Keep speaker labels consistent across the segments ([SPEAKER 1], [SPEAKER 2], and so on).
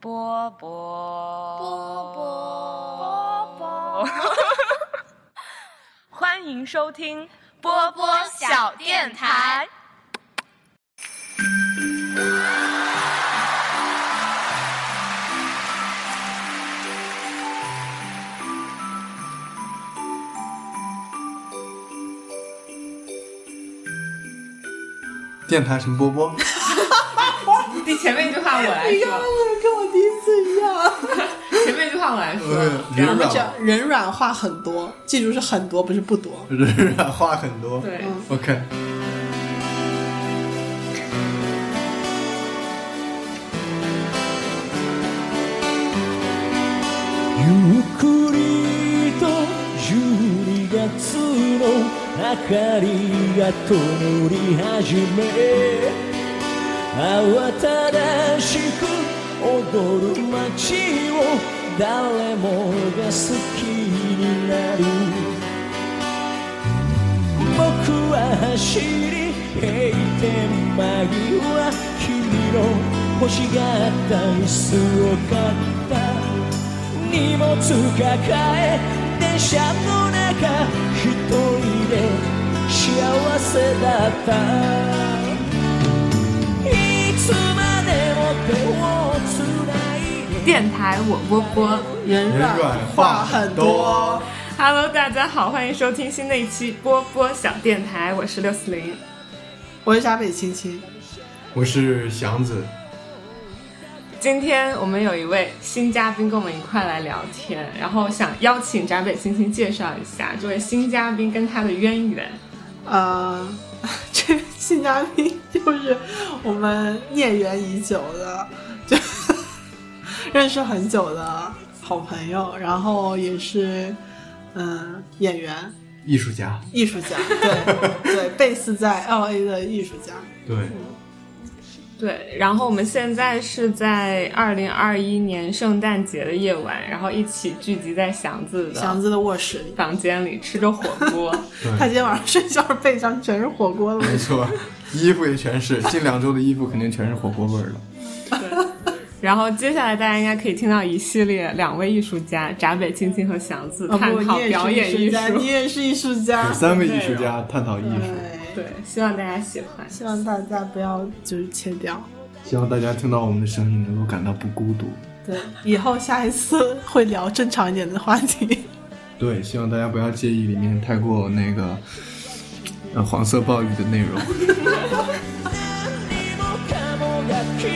[SPEAKER 1] 波波波
[SPEAKER 2] 波
[SPEAKER 1] 波， 欢迎收听
[SPEAKER 2] 波波小电台。
[SPEAKER 3] 电台什么波 波？
[SPEAKER 4] 第前面一句话我来说，
[SPEAKER 5] 跟我第一次一样。
[SPEAKER 4] 前面一句话我来说，
[SPEAKER 3] 呃
[SPEAKER 5] 我
[SPEAKER 3] 人
[SPEAKER 5] 们讲
[SPEAKER 3] 软，
[SPEAKER 5] 人软话很多，记住是很多，不是不多。
[SPEAKER 3] 人软话很多。
[SPEAKER 4] 对，
[SPEAKER 3] ，OK，
[SPEAKER 6] ゆっくりと12月の明かりが灯り始め慌ただしく踊る街を誰もが好きになる僕は走り閉店間際君の欲しがった椅子を買った荷物抱え電車の中一人で幸せだったいつまでも手をつないで
[SPEAKER 4] 电台我波波
[SPEAKER 5] 人
[SPEAKER 3] 人软
[SPEAKER 5] 软
[SPEAKER 3] 话
[SPEAKER 5] 很
[SPEAKER 3] 很多。。
[SPEAKER 4] ，Hello，大家好，欢迎收听新的一期波波小电台，我是六四零。
[SPEAKER 5] 我是陕北青青，
[SPEAKER 3] 我是祥子，
[SPEAKER 4] 今天我们有一位新嘉宾跟我们一块来聊天，然后想邀请闸北星星介绍一下这位新嘉宾跟他的渊源。
[SPEAKER 5] 呃， 这个新嘉宾就是我们孽缘已久的，就 认识很久的好朋友，然后也是嗯、演员、
[SPEAKER 3] 艺术家。
[SPEAKER 5] 艺术家， 对对，贝斯在 L A 的艺术家。
[SPEAKER 3] 对，
[SPEAKER 4] 对，然后我们现在是在二零二一年圣诞节的夜晚，然后一起聚集在祥子的
[SPEAKER 5] 祥子的卧室里，
[SPEAKER 4] 房间里吃着火锅。
[SPEAKER 3] 对，
[SPEAKER 5] 他今天晚上睡觉背上全是火锅 的味道
[SPEAKER 3] 没错，衣服也全 是。近两周的衣服肯定全是火锅味儿了。
[SPEAKER 4] 然后接下来大家应该可以听到一系列两位艺术家闸北青青和祥子
[SPEAKER 5] 啊
[SPEAKER 4] 探
[SPEAKER 5] 不，
[SPEAKER 4] 讨
[SPEAKER 5] 你也
[SPEAKER 4] 表
[SPEAKER 5] 是
[SPEAKER 4] 演
[SPEAKER 5] 艺
[SPEAKER 4] 艺
[SPEAKER 5] 术家，你
[SPEAKER 4] 术。
[SPEAKER 5] 也是艺术家
[SPEAKER 3] 有。三位艺术家探讨艺术，
[SPEAKER 5] 啊对，
[SPEAKER 4] 对，希望大家喜欢。
[SPEAKER 5] 希望大家不要就是切掉。
[SPEAKER 3] 希望大家听到我们的声音能够感到不孤独。
[SPEAKER 5] 对，以后下一次会聊正常一点的话题。
[SPEAKER 3] 对，希望大家不要介意里面太过那个呃黄色暴力的内容。
[SPEAKER 6] 何もかもがき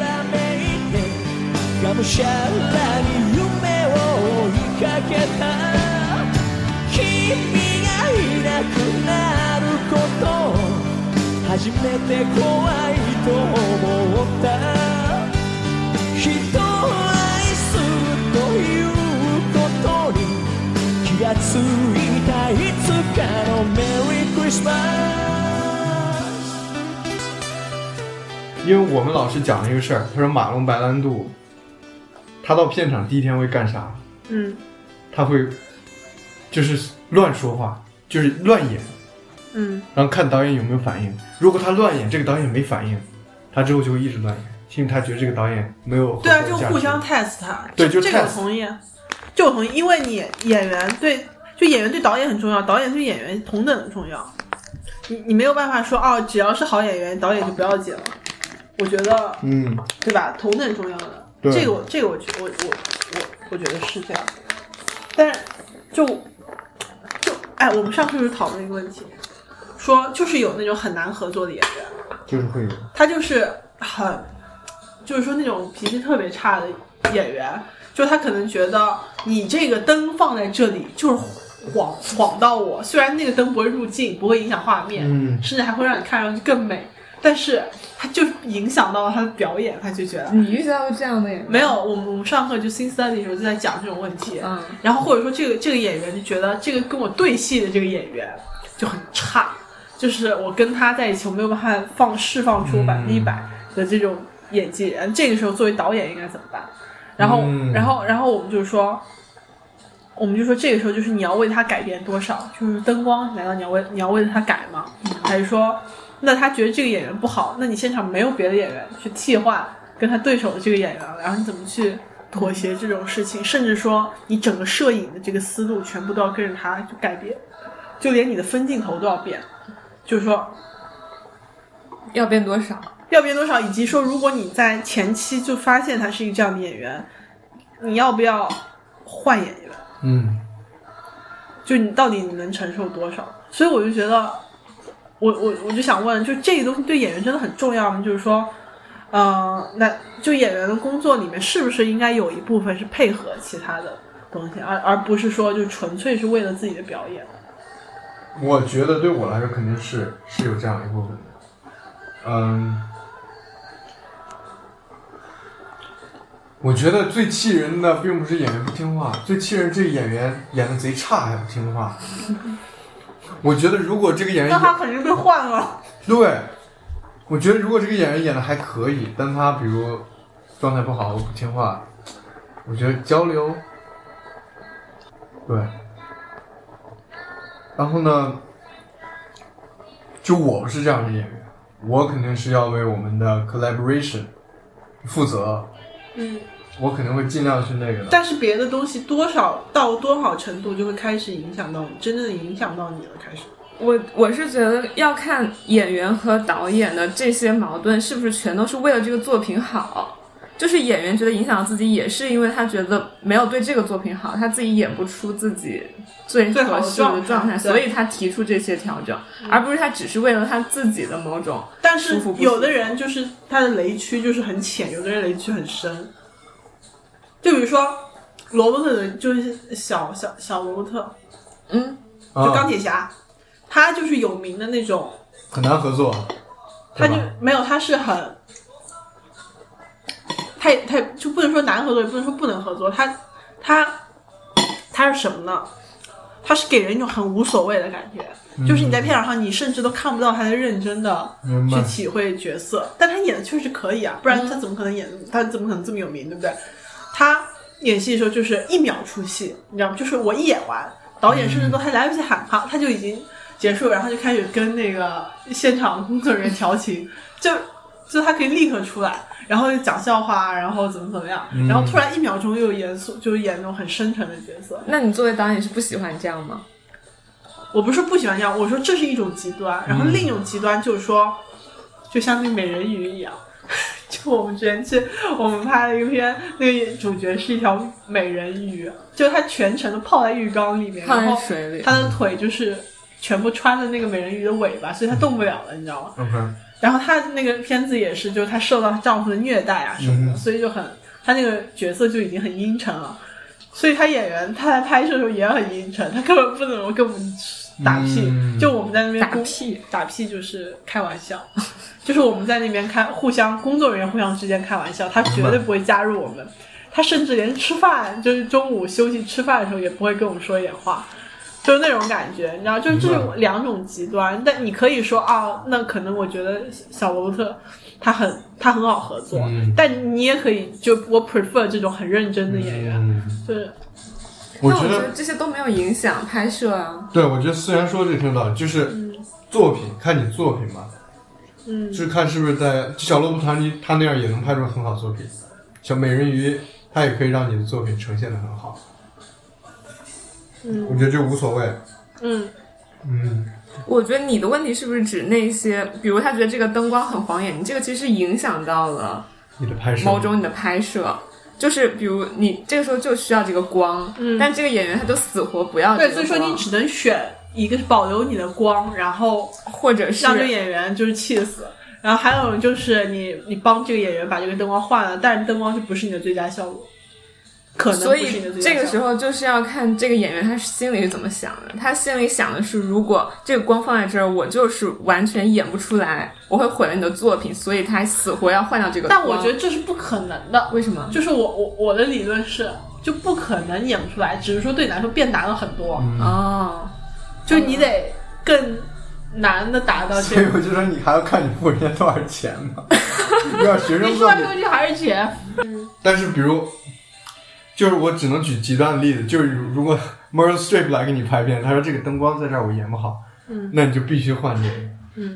[SPEAKER 6] らめいてがむしゃらに夢を追いかけた君がいなくなること初めて怖いと思った人を愛するということに気がついたいつかのメリークリスマス
[SPEAKER 3] 因为我们老师讲了一个事儿，他说马龙白兰度，他到片场第一天会干啥？
[SPEAKER 5] 嗯
[SPEAKER 3] 他会就是乱说话，就是乱演，
[SPEAKER 5] 嗯，
[SPEAKER 3] 然后看导演有没有反应。如果他乱演，这个导演没反应，他之后就会一直乱演，因为他觉得这个导演没有
[SPEAKER 5] 对啊，
[SPEAKER 3] 合
[SPEAKER 5] 就
[SPEAKER 3] 作价值
[SPEAKER 5] 互相 test 他。
[SPEAKER 3] 对就
[SPEAKER 5] 这个我
[SPEAKER 3] test
[SPEAKER 5] 同意，这我同意，因为你演员对，就演员对导演很重要，导演对演员同等的重要。你你没有办法说哦，只要是好演员，导演就不要紧了。我觉得
[SPEAKER 3] 嗯，
[SPEAKER 5] 对吧？同等重要的，
[SPEAKER 3] 对
[SPEAKER 5] 这个我这个我觉我我我我觉得是这样，但是就就哎，我们上次是讨论一个问题，说就是有那种很难合作的演员，
[SPEAKER 3] 就是会有。
[SPEAKER 5] 他就是很就是说那种脾气特别差的演员，就他可能觉得你这个灯放在这里就是晃晃到我，虽然那个灯不会入镜，不会影响画面，
[SPEAKER 3] 嗯
[SPEAKER 5] 甚至还会让你看上去更美。但是他就是影响到了他的表演，他就觉得
[SPEAKER 4] 你遇到过这样的人吗？
[SPEAKER 5] 没有，我们我们上课就新 study 的时候就在讲这种问题，
[SPEAKER 4] 嗯，
[SPEAKER 5] 然后或者说这个这个演员就觉得这个跟我对戏的这个演员就很差，就是我跟他在一起，我没有办法放释放出百分之一百的这种演技，然后这个时候作为导演应该怎么办？然后，
[SPEAKER 3] 嗯
[SPEAKER 5] 然后，然后我们就说，我们就说这个时候就是你要为他改变多少，就是灯光，难道你要为你要为了他改吗？还是说，那他觉得这个演员不好，那你现场没有别的演员去替换，跟他对手的这个演员了，然后你怎么去妥协这种事情，甚至说你整个摄影的这个思路全部都要跟着他去改变，就连你的分镜头都要变，就是说
[SPEAKER 4] 要变多少？
[SPEAKER 5] 要变多少，以及说如果你在前期就发现他是一个这样的演员，你要不要换演员？
[SPEAKER 3] 嗯，
[SPEAKER 5] 就你到底你能承受多少？所以我就觉得，我我我就想问，就这个东西对演员真的很重要吗？就是说，呃，那就演员的工作里面是不是应该有一部分是配合其他的东西，而而不是说就纯粹是为了自己的表演？
[SPEAKER 3] 我觉得对我来说肯定是是有这样一部分的，嗯，我觉得最气人的并不是演员不听话，最气人这演员演的贼差还不听话。我觉得如果这个演员
[SPEAKER 5] 那他肯定被换了。
[SPEAKER 3] 对，我觉得如果这个演员演的还可以，但他比如状态不好、不听话，我觉得交流，对。然后呢，就我是这样的演员，我肯定是要为我们的 collaboration 负责，
[SPEAKER 5] 嗯，
[SPEAKER 3] 我肯定会尽量去那个的。
[SPEAKER 5] 但是别的东西多少到多少程度就会开始影响到你，真正的影响到你了，开始。
[SPEAKER 4] 我我是觉得要看演员和导演的这些矛盾是不是全都是为了这个作品好，就是演员觉得影响到自己，也是因为他觉得没有对这个作品好，他自己演不出自己最
[SPEAKER 5] 最好
[SPEAKER 4] 合
[SPEAKER 5] 的
[SPEAKER 4] 适的
[SPEAKER 5] 状态
[SPEAKER 4] 状态，
[SPEAKER 5] 对
[SPEAKER 4] 所以他提出这些调整，而不是他只是为了他自己的某种
[SPEAKER 5] 但是
[SPEAKER 4] 舒服不舒服
[SPEAKER 5] 有的人就是他的雷区就是很浅，有的人雷区很深。就比如说罗伯特的，就是小小小罗伯特，
[SPEAKER 4] 嗯
[SPEAKER 5] 就
[SPEAKER 3] 啊、
[SPEAKER 5] 钢铁侠，他就是有名的那种，
[SPEAKER 3] 很难合作，
[SPEAKER 5] 他
[SPEAKER 3] 对
[SPEAKER 5] 就
[SPEAKER 3] 吧？
[SPEAKER 5] 没有，他是很，他也他也就不能说难合作，也不能说不能合作，他他他是什么呢？他是给人一种很无所谓的感觉，就是你在片场上，你甚至都看不到他在认真的
[SPEAKER 3] 明白
[SPEAKER 5] 去。体会角色，但他演的确实可以啊，不然他怎么可能演、他怎么可能这么有名，对不对？他演戏的时候就是一秒出戏，你知道吗？就是我一演完，导演甚至都还来不及喊他，他就已经结束了，然后就开始跟那个现场工作人员调情，就就他可以立刻出来，然后讲笑话，啊然后怎么怎么样，然后突然一秒钟又严肃，就是演那种很深沉的角色。
[SPEAKER 4] 那你作为导演是不喜欢这样吗？
[SPEAKER 5] 我不是不喜欢这样，我说这是一种极
[SPEAKER 4] 嗯
[SPEAKER 5] 端，然后另一种极端就是说，就像那美人鱼一样， 就我们之前去我们拍了一个片，那个主角是一条美人鱼，就她全程都泡在浴缸里面，
[SPEAKER 4] 泡
[SPEAKER 5] 然
[SPEAKER 4] 在
[SPEAKER 5] 后
[SPEAKER 4] 水里，
[SPEAKER 5] 她的腿就是全部穿着那个美人鱼的尾巴，所以她动不了了，你知道吗？
[SPEAKER 3] OK，
[SPEAKER 5] 然后她那个片子也是，就是她受到丈夫的虐待啊什么的，
[SPEAKER 3] 嗯
[SPEAKER 5] 所以就很她那个角色就已经很阴沉了。所以她演员她在拍摄的时候也很阴沉，她根本不能跟我们打屁，
[SPEAKER 3] 嗯
[SPEAKER 5] 就我们在那边
[SPEAKER 4] 打
[SPEAKER 5] 工
[SPEAKER 4] 屁，
[SPEAKER 5] 打屁就是开玩笑，就是我们在那边开互相工作人员互相之间开玩笑，她绝对不会加入我们。她甚至连吃饭，就是中午休息吃饭的时候，也不会跟我们说一点话，就是那种感觉，你知道，就是这
[SPEAKER 3] 明
[SPEAKER 5] 种两种极端。但你可以说啊，那可能我觉得小罗伯特他很他很好合作，
[SPEAKER 3] 嗯
[SPEAKER 5] 但你也可以就我 prefer 这种很认真的演员，
[SPEAKER 3] 嗯，
[SPEAKER 5] 就是
[SPEAKER 3] 我
[SPEAKER 4] 那
[SPEAKER 3] 觉
[SPEAKER 4] 我觉
[SPEAKER 3] 得
[SPEAKER 4] 得这些都没有影响拍摄啊。
[SPEAKER 3] 对，我觉得虽然说这听到就是作品，看你作品嘛，
[SPEAKER 5] 嗯
[SPEAKER 3] 就是看是不是在就小罗伯特唐尼他那样也能拍出很好作品，小美人鱼他也可以让你的作品呈现的很好，我
[SPEAKER 5] 嗯
[SPEAKER 3] 觉得这无所谓，
[SPEAKER 5] 嗯，
[SPEAKER 3] 嗯，
[SPEAKER 4] 我觉得你的问题是不是指那些，比如他觉得这个灯光很晃眼，你这个其实影响到了
[SPEAKER 3] 你的拍摄
[SPEAKER 4] 某种你的拍摄，就是比如你这个时候就需要这个光，
[SPEAKER 5] 嗯
[SPEAKER 4] 但这个演员他就死活不要这
[SPEAKER 5] 对，
[SPEAKER 4] 个
[SPEAKER 5] 所
[SPEAKER 4] 光，
[SPEAKER 5] 以说你只能选一个是保留你的光，然后
[SPEAKER 4] 或者是
[SPEAKER 5] 让这个演员就是气死。然后还有就是你你帮这个演员把这个灯光换了，但是灯光就不是你的最佳效果，可能
[SPEAKER 4] 所
[SPEAKER 5] 不是你
[SPEAKER 4] 以
[SPEAKER 5] 的最佳
[SPEAKER 4] 这个
[SPEAKER 5] 效
[SPEAKER 4] 时
[SPEAKER 5] 果
[SPEAKER 4] 候就是要看这个演员他心里是怎么想的。他心里想的是，如果这个光放在这儿，我就是完全演不出来，我会毁了你的作品，所以他死活要换掉这个光。
[SPEAKER 5] 但我觉得这是不可能的。
[SPEAKER 4] 为什么？
[SPEAKER 5] 就是我我我的理论是，就不可能演不出来，只是说对你来说变难了很多，
[SPEAKER 3] 嗯
[SPEAKER 4] 哦，
[SPEAKER 5] 就你得更难的达到这
[SPEAKER 3] 所以
[SPEAKER 5] 个。
[SPEAKER 3] 我就说你还要看你付人家多少钱 嘛，对吧？学
[SPEAKER 5] 你
[SPEAKER 3] 生
[SPEAKER 5] 说
[SPEAKER 3] 作
[SPEAKER 5] 来
[SPEAKER 3] 品
[SPEAKER 5] 说，去还是钱，
[SPEAKER 3] 但是比如，就是我只能举极端的例子，就是如如果 Meryl Streep 来给你拍片，他说这个灯光在这儿我演不好，
[SPEAKER 5] 嗯
[SPEAKER 3] 那你就必须换这个。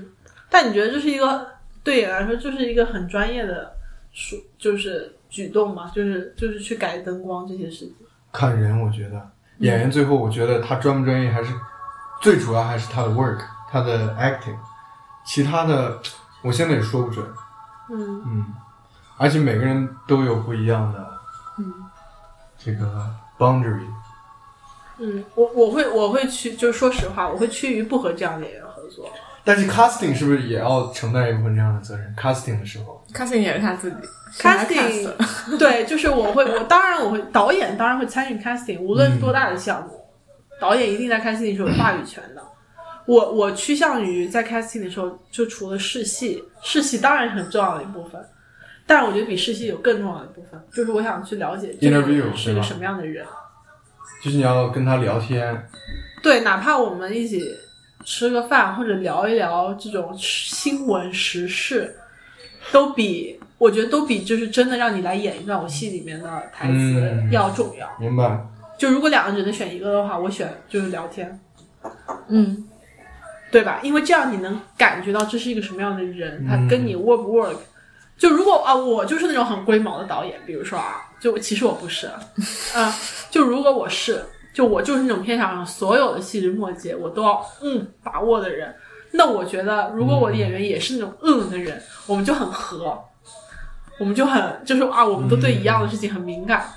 [SPEAKER 5] 但你觉得这是一个对演员来说，这是一个很专业的说就是举动嘛，就是就是去改灯光这些事情。
[SPEAKER 3] 看人，我觉
[SPEAKER 5] 嗯
[SPEAKER 3] 得演员最后，我觉得他专不专业还是最主要还是他的 work，他的 acting，其他的我现在也说不准。
[SPEAKER 5] 嗯
[SPEAKER 3] 嗯，而且每个人都有不一样的
[SPEAKER 5] 嗯
[SPEAKER 3] 这个 boundary。
[SPEAKER 5] 嗯，我我会我会去，就是说实话，我会趋于不和这样的演员合作。
[SPEAKER 3] 但是 casting 是不是也要承担一部分这样的责任？casting 的时候，
[SPEAKER 4] casting 也是他自己是他
[SPEAKER 5] casting，
[SPEAKER 4] cast 的
[SPEAKER 5] 对，就是我会，我当然我会，导演当然会参与 casting，无
[SPEAKER 3] 嗯
[SPEAKER 5] 论多大的项目，导演一定在 casting 是有话语权的。我我趋向于在 casting 的时候，就除了试戏，试戏当然是很重要的一部分，但是我觉得比试戏有更重要的一部分，就是我想去了解这个
[SPEAKER 3] Interview，
[SPEAKER 5] 人是
[SPEAKER 3] 对吧
[SPEAKER 5] 个什么样的人。
[SPEAKER 3] 就是你要跟他聊天，
[SPEAKER 5] 对，哪怕我们一起吃个饭或者聊一聊这种新闻时事，都比我觉得都比就是真的让你来演一段我戏里面的台词
[SPEAKER 3] 嗯
[SPEAKER 5] 要重要。
[SPEAKER 3] 明白？
[SPEAKER 5] 就如果两个人只能选一个的话，我选就是聊天，
[SPEAKER 4] 嗯，
[SPEAKER 5] 对吧？因为这样你能感觉到这是一个什么样的人，他跟你 work 不 work。就如果啊，我就是那种很龟毛的导演，比如说啊，就其实我不是，嗯，就如果我是，就我就是那种偏向所有的细枝末节我都要嗯把握的人，那我觉得如果我的演员也是那种嗯的人，我们就很合，我们就很就是啊，我们都对一样的事情很敏感。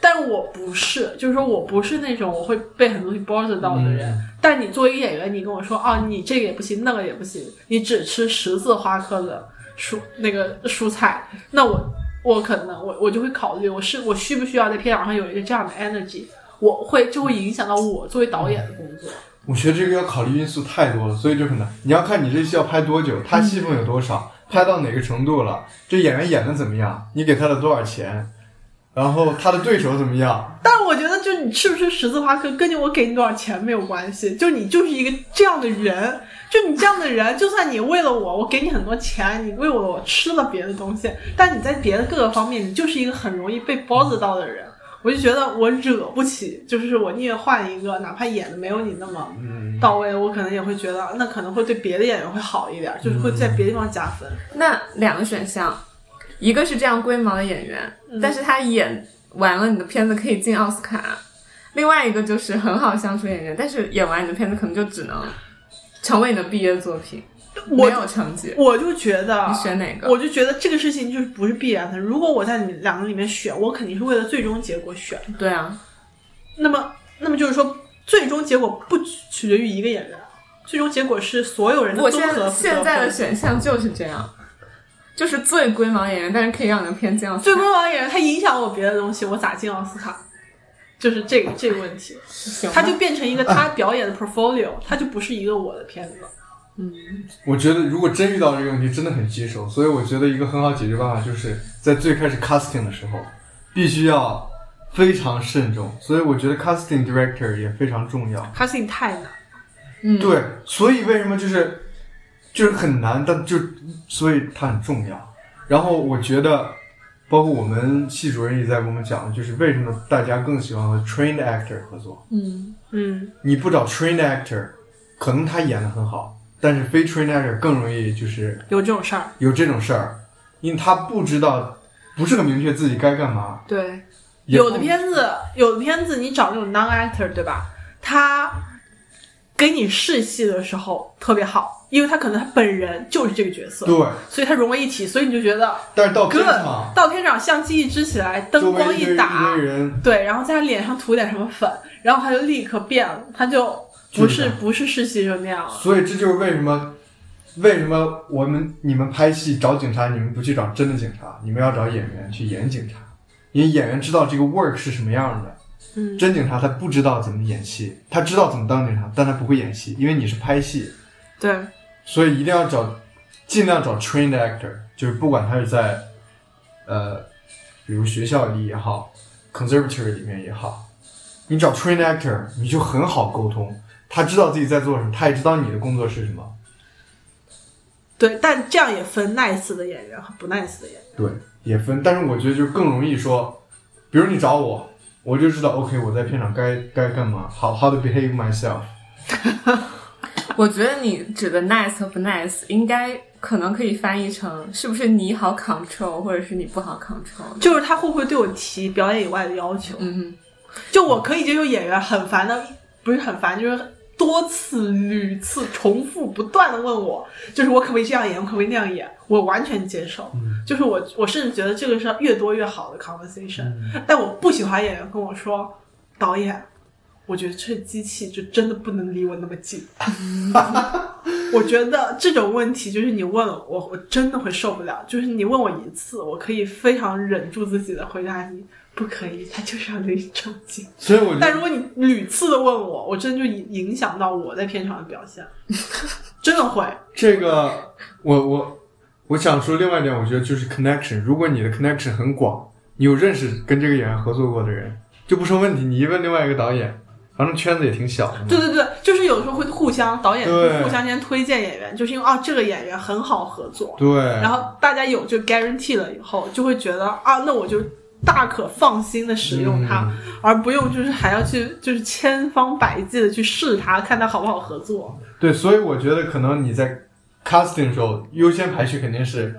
[SPEAKER 5] 但我不是，就是说我不是那种我会被很多东西 bother 到的人。
[SPEAKER 3] 嗯
[SPEAKER 5] 但你作为一个演员，你跟我说啊，你这个也不行，那个也不行，你只吃十字花科的蔬那个蔬菜，那我我可能我我就会考虑，我是我需不需要在片场上有一个这样的 energy，我会就会影响到我作为导演的工作。
[SPEAKER 3] 我觉得这个要考虑因素太多了，所以就很难。你要看你这戏要拍多久，他戏份有多少，拍到哪个程度了，这演员演的怎么样，你给他的多少钱，然后他的对手怎么样，
[SPEAKER 5] 但我觉得，就你吃不吃十字花科，跟你我给你多少钱没有关系，就你就是一个这样的人，就你这样的人，就算你为了我，我给你很多钱，你为了我吃了别的东西，但你在别的各个方面，你就是一个很容易被包子到的人。我就觉得我惹不起，就是我宁愿换一个，哪怕演的没有你那么
[SPEAKER 3] 嗯，
[SPEAKER 5] 到位，我可能也会觉得那可能会对别的演员会好一点，就是会在别的地方加分。
[SPEAKER 4] 那两个选项，一个是这样龟毛的演员，
[SPEAKER 5] 嗯
[SPEAKER 4] 但是他演完了你的片子可以进奥斯卡；另外一个就是很好相处演员，但是演完你的片子可能就只能成为你的毕业作品，没
[SPEAKER 5] 我
[SPEAKER 4] 有成绩。
[SPEAKER 5] 我就觉得
[SPEAKER 4] 你选哪个
[SPEAKER 5] 我就觉得这个事情就是不是必然的。如果我在你们两个里面选，我肯定是为了最终结果选。
[SPEAKER 4] 对啊，
[SPEAKER 5] 那么，那么就是说，最终结果不取决于一个演员，啊最终结果是所有人的
[SPEAKER 4] 我
[SPEAKER 5] 综
[SPEAKER 4] 现
[SPEAKER 5] 合
[SPEAKER 4] 在
[SPEAKER 5] 负责
[SPEAKER 4] 现在的
[SPEAKER 5] 分
[SPEAKER 4] 选项就是这样，就是最龟毛演员，但是可以让你的片进奥斯
[SPEAKER 5] 最
[SPEAKER 4] 卡。
[SPEAKER 5] 终王演员他影响我别的东西，我咋进奥斯卡？就是这个这个问题，
[SPEAKER 4] 行吧
[SPEAKER 5] 他就变成一个他表演的 portfolio，他就不是一个我的片子。
[SPEAKER 3] 我觉得如果真遇到这个问题，真的很棘手。所以我觉得一个很好解决办法就是在最开始 casting 的时候，必须要非常慎重。所以我觉得 casting director 也非常重要。
[SPEAKER 5] casting 太难，
[SPEAKER 4] 嗯，
[SPEAKER 3] 对，所以为什么就是就是很难，但就所以它很重要。然后我觉得，包括我们系主任一直在跟我们讲，就是为什么大家更喜欢和 trained actor 合作。
[SPEAKER 4] 嗯，
[SPEAKER 5] 嗯，
[SPEAKER 3] 你不找 trained actor，可能他演的很好，但是非 trained actor 更容易就是
[SPEAKER 5] 有这种事儿，
[SPEAKER 3] 有这种事儿，因为他不知道，不是很明确自己该干嘛。
[SPEAKER 5] 对。
[SPEAKER 3] 也
[SPEAKER 5] 有的片子，有的片子你找那种 non actor 对吧？他给你试戏的时候特别好，因为他可能他本人就是这个角色，
[SPEAKER 3] 对，
[SPEAKER 5] 所以他融为一体，所以你就觉得
[SPEAKER 3] 但是到片
[SPEAKER 5] good
[SPEAKER 3] 场。。
[SPEAKER 5] 到片场相机一支起来，
[SPEAKER 3] 周
[SPEAKER 5] 灯
[SPEAKER 3] 围
[SPEAKER 5] 光
[SPEAKER 3] 一堆
[SPEAKER 5] 一打
[SPEAKER 3] 一堆，人，
[SPEAKER 5] 对，然后在他脸上涂点什么粉，然后他就立刻变了，他就不
[SPEAKER 3] 就是
[SPEAKER 5] 是
[SPEAKER 3] 的
[SPEAKER 5] 不是试戏就那样了。
[SPEAKER 3] 所以这就是为什么，为什么我们你们拍戏找警察，你们不去找真的警察，你们要找演员去演警察，因为演员知道这个 work 是什么样的。
[SPEAKER 5] 嗯
[SPEAKER 3] 真警察他不知道怎么演戏，他知道怎么当警察，但他不会演戏，因为你是拍戏，
[SPEAKER 5] 对，
[SPEAKER 3] 所以一定要找，尽量找 trained actor，就是不管他是在，呃，比如学校里也好，conservatory 里面也好，你找 trained actor，你就很好沟通，他知道自己在做什么，他也知道你的工作是什么。
[SPEAKER 5] 对，但这样也分 nice 的演员和不 nice 的演员。
[SPEAKER 3] 对，也分，但是我觉得就更容易说，比如你找我，我就知道 OK，我在片场该该干嘛，好 how to behave myself。
[SPEAKER 4] 我觉得你指的 nice 和不 nice 应该可能可以翻译成是不是你好 control，或者是你不好 control。
[SPEAKER 5] 就是他会不会对我提表演以外的要求？
[SPEAKER 4] 嗯，
[SPEAKER 5] 就我可以接受演员很烦的，不是很烦，就是多次、屡次、重复不断的问我，就是我可不可以这样演，我可不可以那样演，我完全接受。就是我，我甚至觉得这个是越多越好的 conversation，、但我不喜欢演员跟我说，导演，我觉得这机器就真的不能离我那么近。 我觉得这种问题就是你问了我，我真的会受不了。就是你问我一次，我可以非常忍住自己的回答你，不可以，他就是要离你这么近。
[SPEAKER 3] 所以我觉
[SPEAKER 5] 但
[SPEAKER 3] 得
[SPEAKER 5] 如果你屡次的问我，我真的就影影响到我在片场的表现， 真的会。
[SPEAKER 3] 这个，我我我想说另外一点，我觉得就是 connection。如果你的 connection 很广，你有认识跟这个演员合作过的人，就不成问题。你一问另外一个导演，反正圈子也挺小的嘛。
[SPEAKER 5] 对对对，就是有时候会互相导演
[SPEAKER 3] 对
[SPEAKER 5] 会互相间推荐演员，就是因为啊这个演员很好合作，
[SPEAKER 3] 对，
[SPEAKER 5] 然后大家有就 guarantee 了以后，就会觉得啊那我就大可放心的使用它，
[SPEAKER 3] 嗯
[SPEAKER 5] 而不用就是还要去就是千方百计的去试它，看它好不好合作。
[SPEAKER 3] 对，所以我觉得可能你在 casting 的时候，优先排序肯定是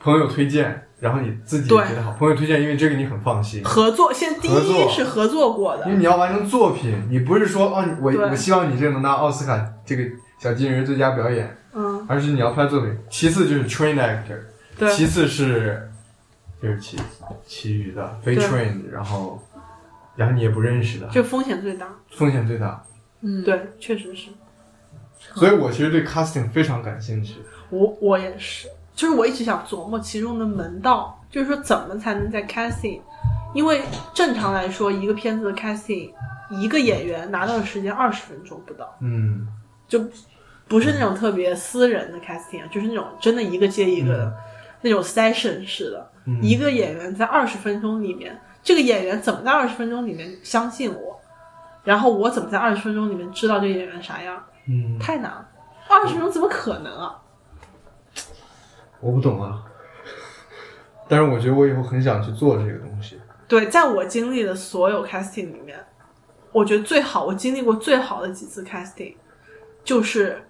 [SPEAKER 3] 朋友推荐，然后你自己
[SPEAKER 5] 对
[SPEAKER 3] 觉得好，朋友推荐，因为这个你很放心。
[SPEAKER 5] 合作现第
[SPEAKER 3] 合作
[SPEAKER 5] 一是合作过的
[SPEAKER 3] 因，为你要完成作品，你不是说哦，我
[SPEAKER 5] 对
[SPEAKER 3] 我希望你这个能拿奥斯卡这个小金人最佳表演，
[SPEAKER 5] 嗯，
[SPEAKER 3] 而是你要拍作品。其次就是 trained actor，
[SPEAKER 5] 对。
[SPEAKER 3] 其次是就是其其余的非
[SPEAKER 5] 对
[SPEAKER 3] trained，然后然后你也不认识的，
[SPEAKER 5] 就风险最大，
[SPEAKER 3] 风险最大。
[SPEAKER 4] 嗯，
[SPEAKER 5] 对，确实是。
[SPEAKER 3] 所以我其实对 casting 非常感兴趣。
[SPEAKER 5] 我我也是，就是我一直想琢磨其中的门道，就是说怎么才能在 casting，因为正常来说，一个片子的 casting，一个演员拿到的时间二十分钟不到，
[SPEAKER 3] 嗯，
[SPEAKER 5] 不是那种特别私人的 casting，啊，就是那种真的一个接一个的、那种 session 式的，
[SPEAKER 3] 嗯
[SPEAKER 5] 一个演员在二十分钟里面，这个演员怎么在二十分钟里面相信我，然后我怎么在二十分钟里面知道这个演员啥样，
[SPEAKER 3] 嗯，
[SPEAKER 5] 太难了，二十分钟怎么可能啊？
[SPEAKER 3] 我不懂啊，但是我觉得我以后很想去做这个东西。
[SPEAKER 5] 对，在我经历的所有 casting 里面，我觉得最好，我经历过最好的几次 casting，就是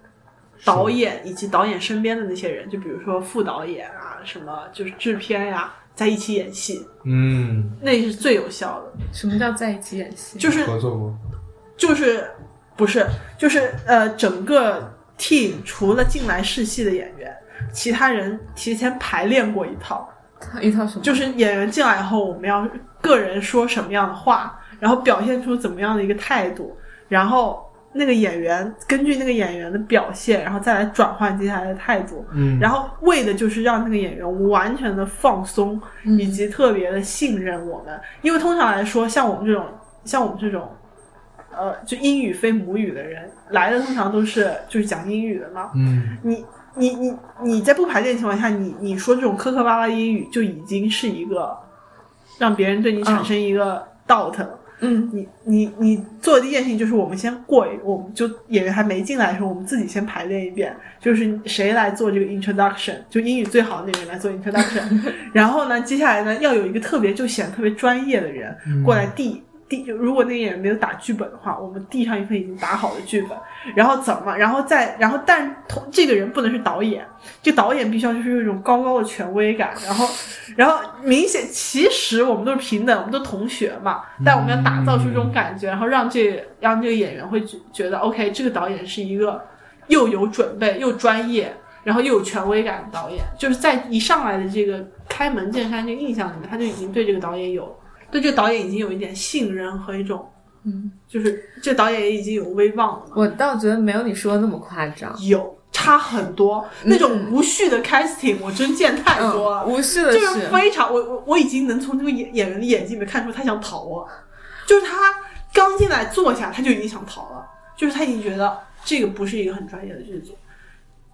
[SPEAKER 5] 导演以及导演身边的那些人，就比如说副导演啊，什么就是制片呀、在一起演戏，
[SPEAKER 3] 嗯，
[SPEAKER 5] 那是最有效的。
[SPEAKER 4] 什么叫在一起演戏？
[SPEAKER 5] 就是
[SPEAKER 3] 合作过。
[SPEAKER 5] 就是不是就是呃，整个 team 除了进来试戏的演员，其他人提前排练过一套，
[SPEAKER 4] 一套什么？
[SPEAKER 5] 就是演员进来以后，我们要个人说什么样的话，然后表现出怎么样的一个态度，然后那个演员根据那个演员的表现，然后再来转换接下来的态度，
[SPEAKER 3] 嗯，
[SPEAKER 5] 然后为的就是让那个演员完全的放松，
[SPEAKER 4] 嗯
[SPEAKER 5] 以及特别的信任我们，因为通常来说，像我们这种，像我们这种。呃，就英语非母语的人来的通常都是就是讲英语的嘛，
[SPEAKER 3] 嗯，
[SPEAKER 5] 你你你你在不排练的情况下，你你说这种磕磕巴巴的英语，就已经是一个让别人对你产生一个 doubt 了。
[SPEAKER 4] 嗯，
[SPEAKER 5] 你你你做的第一件事情就是，我们先过一，我们就演员还没进来的时候，我们自己先排练一遍，就是谁来做这个 introduction，就英语最好的那个人来做 introduction，然后呢，接下来呢要有一个特别就显得特别专业的人过
[SPEAKER 3] 嗯
[SPEAKER 5] 来递。递，如果那个演员没有打剧本的话，我们递上一份已经打好的剧本，然后怎么，然后再，然后但同这个人不能是导演，这个导演必须要就是有一种高高的权威感，然后，然后明显其实我们都是平等，我们都是同学嘛，但我们要打造出这种感觉，然后让这让这个演员会觉觉得 OK，这个导演是一个又有准备又专业，然后又有权威感的导演，就是在一上来的这个开门见山这个印象里面，他就已经对这个导演有对这个导演已经有一点信任和一种，
[SPEAKER 4] 嗯，
[SPEAKER 5] 就是这导演也已经有威望了嘛。
[SPEAKER 4] 我倒觉得没有你说的那么夸张。
[SPEAKER 5] 有差很多，那种无序的 casting 我真见太多了，
[SPEAKER 4] 嗯，无视的
[SPEAKER 5] 就是非常我我我已经能从那个演演员的眼睛里面看出他想逃啊，就是他刚进来坐下他就已经想逃了，就是他已经觉得这个不是一个很专业的剧组，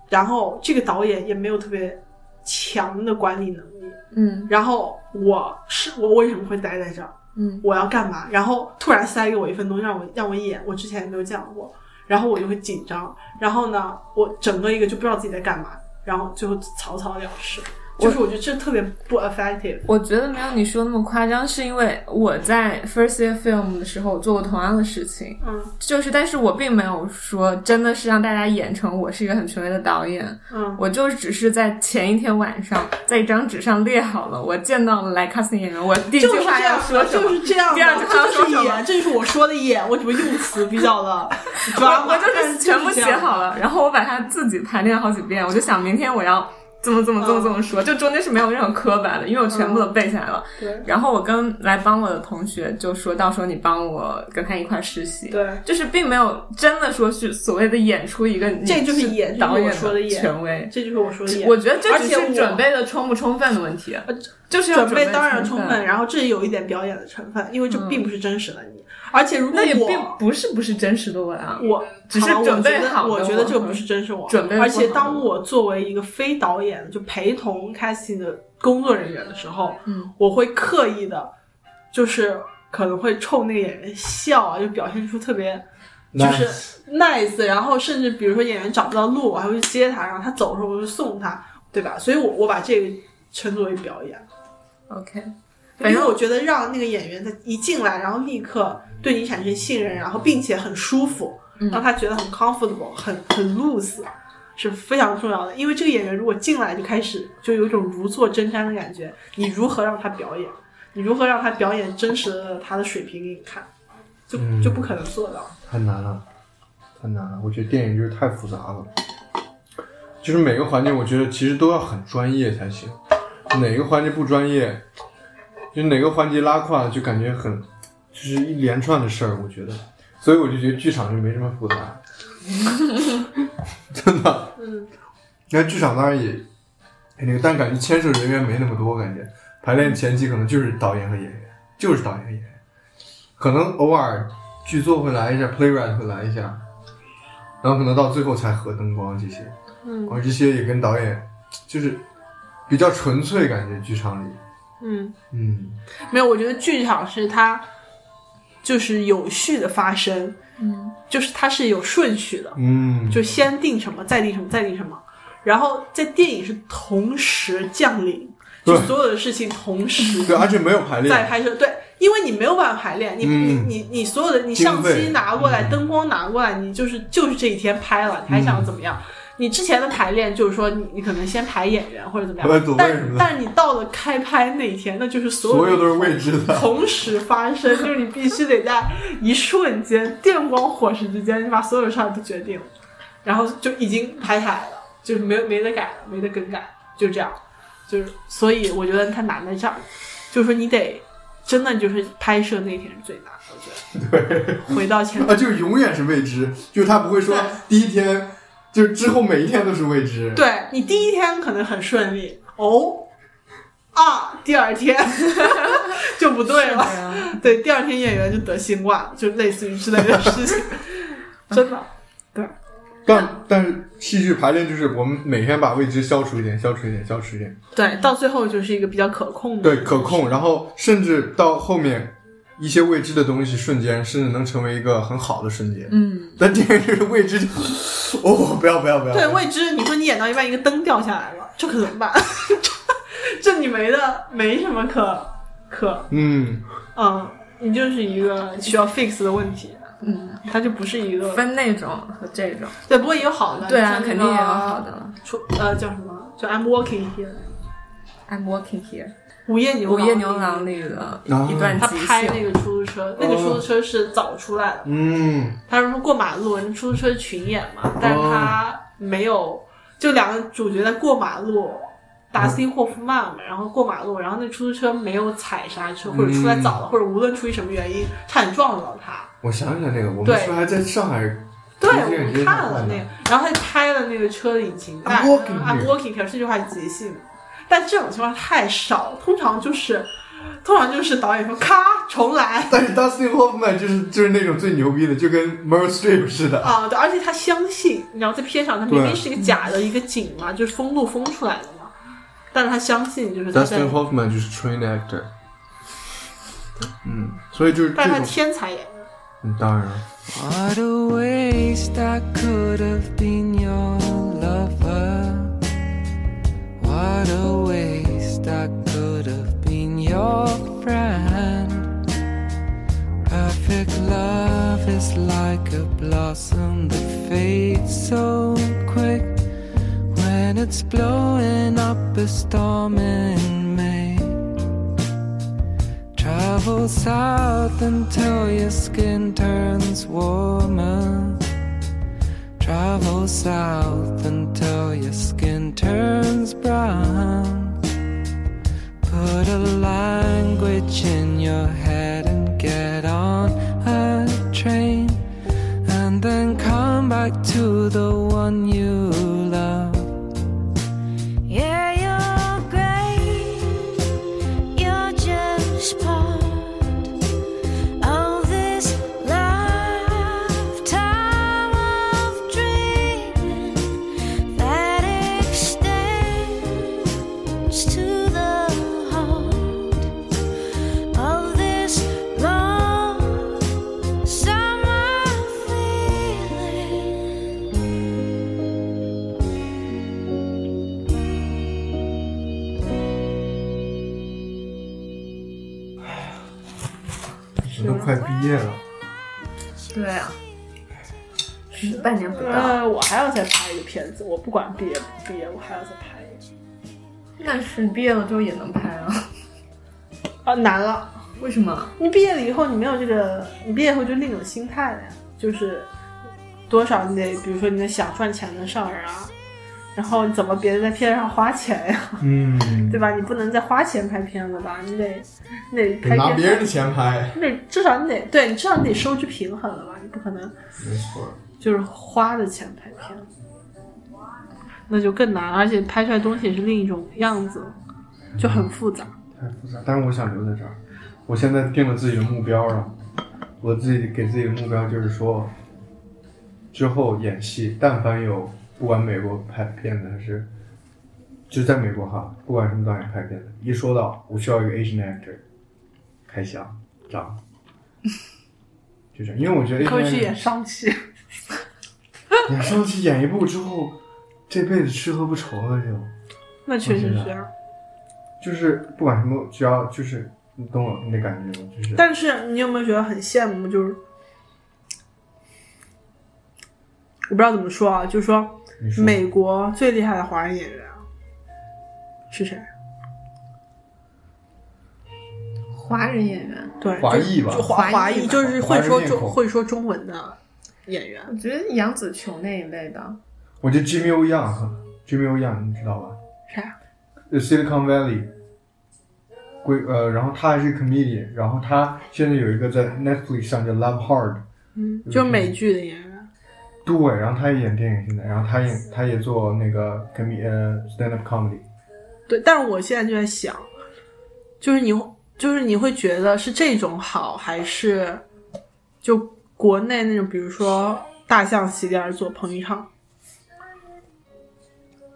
[SPEAKER 5] 然后这个导演也没有特别强的管理能力，
[SPEAKER 4] 嗯
[SPEAKER 5] 然后我是我为什么会待在这儿？
[SPEAKER 4] 嗯
[SPEAKER 5] 我要干嘛？然后突然塞给我一份东西让我让我演，我之前也没有见过，然后我就会紧张，然后呢，我整个一个就不知道自己在干嘛，然后最后草草了事。就是我觉得这特别不 effective。
[SPEAKER 4] 我觉得没有你说那么夸张，是因为我在 first year film 的时候我做过同样的事情，
[SPEAKER 5] 嗯
[SPEAKER 4] 就是但是我并没有说真的是让大家演成我是一个很权威的导演，
[SPEAKER 5] 嗯
[SPEAKER 4] 我就只是在前一天晚上在一张纸上列好了，我见到了来 casting 演员，我第一句
[SPEAKER 5] 就是
[SPEAKER 4] 话
[SPEAKER 5] 这
[SPEAKER 4] 要
[SPEAKER 5] 样
[SPEAKER 4] 说
[SPEAKER 5] 的，
[SPEAKER 4] 什么，
[SPEAKER 5] 就是这样
[SPEAKER 4] 第二句
[SPEAKER 5] 的，
[SPEAKER 4] 话要
[SPEAKER 5] 这就
[SPEAKER 4] 说
[SPEAKER 5] 是
[SPEAKER 4] 什
[SPEAKER 5] 演，
[SPEAKER 4] 么。
[SPEAKER 5] 这就是我说的演，我只不过用词比较的抓
[SPEAKER 4] 我
[SPEAKER 5] 马，
[SPEAKER 4] 我就是全部写好了，然后我把它自己排练了好几遍，我就想明天我要这么这么这么这么说，就中间是没有任何磕巴的，因为我全部都背下来了。
[SPEAKER 5] 嗯对
[SPEAKER 4] 然后我跟来帮我的同学就说到时候你帮我跟他一块实习，，
[SPEAKER 5] 对。
[SPEAKER 4] 就是并没有真的说是所谓的演出一个你
[SPEAKER 5] 这就是演
[SPEAKER 4] 导演
[SPEAKER 5] 这就是我说的演
[SPEAKER 4] 权威。
[SPEAKER 5] 这就是我说的演，
[SPEAKER 4] 我觉得这
[SPEAKER 5] 而
[SPEAKER 4] 只
[SPEAKER 5] 且
[SPEAKER 4] 是
[SPEAKER 5] 我呃
[SPEAKER 4] 准备的充不充分的问题，就是要
[SPEAKER 5] 准
[SPEAKER 4] 备
[SPEAKER 5] 备当然充
[SPEAKER 4] 充
[SPEAKER 5] 分，。然后这有一点表演的成分，因为这并不是真实的你。而且如果
[SPEAKER 4] 嗯那也并
[SPEAKER 5] 我嗯
[SPEAKER 4] 不是不是真实的我啊，
[SPEAKER 5] 我
[SPEAKER 4] 只是
[SPEAKER 5] 好吧
[SPEAKER 4] 准备好的
[SPEAKER 5] 我觉得我觉得
[SPEAKER 4] 我
[SPEAKER 5] 这个不是真实我。
[SPEAKER 4] 准备不好
[SPEAKER 5] 而且当我作为一个非导演，就陪同 casting 的工作人员的时候，
[SPEAKER 4] 嗯，
[SPEAKER 5] 我会刻意的，就是可能会冲那个演员笑啊，就表现出特别就
[SPEAKER 3] 那
[SPEAKER 5] 是 nice，然后甚至比如说演员找不到路，我还会去接他，然后他走的时候我就送他，对吧？所以我我把这个称作为表演。
[SPEAKER 4] OK，反
[SPEAKER 5] 因为
[SPEAKER 4] 正
[SPEAKER 5] 我觉得让那个演员他一进来，然后立刻对你产生信任，然后并且很舒服，让他觉得很 comfortable，很很 loose，是非常重要的。因为这个演员如果进来就开始就有一种如坐针毡的感觉，你如何让他表演？你如何让他表演真实的他的水平给你看？就
[SPEAKER 3] 嗯
[SPEAKER 5] 就不可能做到。
[SPEAKER 3] 很难了，很难了。我觉得电影就是太复杂了，就是每个环节，我觉得其实都要很专业才行。哪个环节不专业，就哪个环节拉胯，就感觉很，就是一连串的事儿。我觉得，所以我就觉得剧场就没什么复杂， 真的。
[SPEAKER 5] 嗯，
[SPEAKER 3] 那剧场当然也那个，但感觉牵涉人员没那么多，感觉排练前期可能就是导演和演员，就是导演和演员，可能偶尔剧作会来一下，playwright 会来一下，然后可能到最后才合灯光这些，
[SPEAKER 5] 嗯
[SPEAKER 3] 而这些也跟导演就是比较纯粹，感觉剧场里，
[SPEAKER 5] 嗯，
[SPEAKER 3] 嗯，
[SPEAKER 5] 没有，我觉得剧场是它就是有序的发生，嗯，就是它是有顺序的，
[SPEAKER 3] 嗯，
[SPEAKER 5] 就先定什么，再定什么，再定什么，然后在电影是同时降临，就
[SPEAKER 3] 对
[SPEAKER 5] 所有的事情同时
[SPEAKER 3] 对，而且没有排
[SPEAKER 5] 在
[SPEAKER 3] 练，
[SPEAKER 5] 拍摄。对，因为你没有办法排练，你、
[SPEAKER 3] 嗯
[SPEAKER 5] 你你你所有的你
[SPEAKER 3] 经
[SPEAKER 5] 上
[SPEAKER 3] 费
[SPEAKER 5] 期拿过来，
[SPEAKER 3] 嗯
[SPEAKER 5] 灯光拿过来，你就是就是这一天拍了，你还想怎么样？
[SPEAKER 3] 嗯
[SPEAKER 5] 你之前的排练就是说你，你可能先排演员或者怎么
[SPEAKER 3] 排
[SPEAKER 5] 样
[SPEAKER 3] 组，位什么的
[SPEAKER 5] 但但你到了开拍那一天，那就是所
[SPEAKER 3] 所
[SPEAKER 5] 有
[SPEAKER 3] 有
[SPEAKER 5] 的
[SPEAKER 3] 都是未知的，
[SPEAKER 5] 同时发生，就是你必须得在一瞬间电光火石之间，你把所有事儿都决定了，然后就已经排起来了，就是没有没得改了，没得更改，就这样，就是所以我觉得它难在这儿，就是说你得真的就是拍摄那天是最难的，我觉得。对，回到前
[SPEAKER 3] 啊，就是永远是未知，就是他不会说
[SPEAKER 5] 对
[SPEAKER 3] 第一天，就是之后每一天都是未知，
[SPEAKER 5] 对你第一天可能很顺利哦，啊，第二天 就不对了。
[SPEAKER 4] 呃
[SPEAKER 5] 对，第二天演员就得新冠，就类似于之类的事 情，真的。
[SPEAKER 3] 但但是戏剧排练就是我们每天把未知消除一点，消除一点，消除一点，
[SPEAKER 5] 对，到最后就是一个比较可控的，
[SPEAKER 3] 对，可控。然后甚至到后面一些未知的东西瞬间，甚至能成为一个很好的瞬间。
[SPEAKER 4] 嗯，
[SPEAKER 3] 但电影就是未知就，哦，不要不要不要，
[SPEAKER 5] 对未知。你说你演到一半，一个灯掉下来了，这可怎么办？这这你没的，没什么可可，
[SPEAKER 3] 嗯，
[SPEAKER 5] 嗯，你就是一个需要 fix 的问题，嗯，它就不是一个。
[SPEAKER 4] 分那种和这种，
[SPEAKER 5] 对，不过也有好的，
[SPEAKER 4] 对啊，
[SPEAKER 5] 像那
[SPEAKER 4] 肯
[SPEAKER 5] 个
[SPEAKER 4] 定也有好的。了。
[SPEAKER 5] 出呃叫什么？就 I'm Walking Here，
[SPEAKER 4] I'm walking here，
[SPEAKER 5] 午夜牛
[SPEAKER 4] 午夜
[SPEAKER 5] 郎
[SPEAKER 4] 牛郎里的
[SPEAKER 3] 啊
[SPEAKER 4] 一段
[SPEAKER 5] 他
[SPEAKER 4] 即
[SPEAKER 5] 拍那
[SPEAKER 4] 兴，
[SPEAKER 5] 个出租车，那个出租车是早出来的，
[SPEAKER 3] 嗯，
[SPEAKER 5] 他是说过马路，人家出租车群演嘛，但是他没有，就两个主角在过马路，达斯汀霍夫曼嘛，然后过马路，然后那出租车没有踩刹车，或者出来早了，或者无论出于什么原因，差点撞到他。
[SPEAKER 3] 我想起来那个，我们
[SPEAKER 5] 对
[SPEAKER 3] 是不是还在上海？
[SPEAKER 5] 对，
[SPEAKER 3] 这个
[SPEAKER 5] 我
[SPEAKER 3] 也
[SPEAKER 5] 们看
[SPEAKER 3] 挺
[SPEAKER 5] 了
[SPEAKER 3] 好的
[SPEAKER 5] 那个，然后他拍了那个车的引擎盖
[SPEAKER 3] I'm walking here
[SPEAKER 5] ，I'm 啊 walking here 这句话是即兴的，但这种情况太少，通常就是，通常就是导演说咔重来，
[SPEAKER 3] 但是 Dustin Hoffman 就是就是那种最牛逼的，就跟 Meryl Streep 似的。
[SPEAKER 5] 啊，对，而且他相信，你知道在片场，他明明
[SPEAKER 3] 对
[SPEAKER 5] 是一个假的一个景嘛，就是封路封出来的嘛，但是他相信，就是他在，
[SPEAKER 3] Dustin Hoffman 就是 trained actor，嗯，所以就是
[SPEAKER 5] 但
[SPEAKER 3] 这
[SPEAKER 5] 是他
[SPEAKER 3] 种，
[SPEAKER 5] 天才演员。
[SPEAKER 3] 嗯，当然了。
[SPEAKER 7] What a waste I could have been your lover. What What a waste. I could have been your friend. Perfect love is like a blossom that fades so quick when it's blowing up a storm in May. Travel south until your skin turns warmer. Travel south until your skin turns brown. Put a language in your head and get on a train. And then come back to the one you love.
[SPEAKER 8] Yeah, you're great. You're just part of this lifetime of dreaming that extends to the heart of this long summer feeling.
[SPEAKER 3] 你都快毕业了，
[SPEAKER 4] 对啊，半年不到，
[SPEAKER 5] 呃，我还要再拍一个片子，我不管毕业不毕业，我还要再拍一个。
[SPEAKER 4] 但是毕业了之后也能拍啊？
[SPEAKER 5] 啊，难了。
[SPEAKER 4] 为什么？
[SPEAKER 5] 你毕业了以后，你没有这个，你毕业后就另一种心态了呀，就是多少你得，比如说你得想赚钱的事儿啊，然后你怎么别在片上花钱呀，
[SPEAKER 3] 嗯，
[SPEAKER 5] 对吧？你不能再花钱拍片子吧？你得，你得
[SPEAKER 3] 得
[SPEAKER 5] 拍
[SPEAKER 3] 拿
[SPEAKER 5] 片
[SPEAKER 3] 别人的钱拍，
[SPEAKER 5] 你得至少你得对你至少你得收支平衡了吧？你不可能
[SPEAKER 3] 没错，
[SPEAKER 5] 就是花着钱拍片子，那就更难，而且拍出来的东西也是另一种样子，就很复杂。
[SPEAKER 3] 太复杂。但是我想留在这儿，我现在定了自己的目标了，我自己给自己的目标就是说，之后演戏，但凡有不管美国拍片子还是。就在美国哈，不管什么导演拍片子，一说到我需要一个 Asian actor，开箱张，就这样，因为我觉得 Asian
[SPEAKER 5] 可以去
[SPEAKER 3] actor-
[SPEAKER 5] 演上戏，
[SPEAKER 3] 演上去演一部之后，这辈子吃喝不愁了就，
[SPEAKER 5] 那确实
[SPEAKER 3] 我
[SPEAKER 5] 是
[SPEAKER 3] 知道
[SPEAKER 5] 啊。
[SPEAKER 3] 就是不管什么，只要就是你懂我那感觉吗？就是
[SPEAKER 5] 但是你有没有觉得很羡慕？就是我不知道怎么说啊，就是说
[SPEAKER 3] 你说
[SPEAKER 5] 美国最厉害的华人演员啊是谁？
[SPEAKER 4] 华人演员，
[SPEAKER 5] 对，
[SPEAKER 3] 华
[SPEAKER 5] 就
[SPEAKER 3] 裔吧
[SPEAKER 5] 就华
[SPEAKER 4] 华
[SPEAKER 5] 华
[SPEAKER 4] 裔
[SPEAKER 5] 裔
[SPEAKER 4] 吧
[SPEAKER 5] 就是会
[SPEAKER 3] 华
[SPEAKER 5] 说
[SPEAKER 3] 人面
[SPEAKER 5] 中
[SPEAKER 3] 孔
[SPEAKER 5] 会说中文的演员。
[SPEAKER 4] 我觉得杨紫琼那一类的，
[SPEAKER 3] 我觉得 Jimmy O Young，Jimmy O Young 你知道吧？
[SPEAKER 5] 啥？
[SPEAKER 3] 呃 Silicon Valley，归呃，然后他还是 comedian，然后他现在有一个在 Netflix 上叫 Love Hard，
[SPEAKER 5] 嗯，就是美剧的演员。
[SPEAKER 3] 对，然后他也演电影现在，然后他也他也做那个 com 呃 stand up comedy，
[SPEAKER 5] 对，但是我现在就在想，就是你就是你会觉得是这种好，还是就国内那种，比如说大象席地而坐，彭昱畅，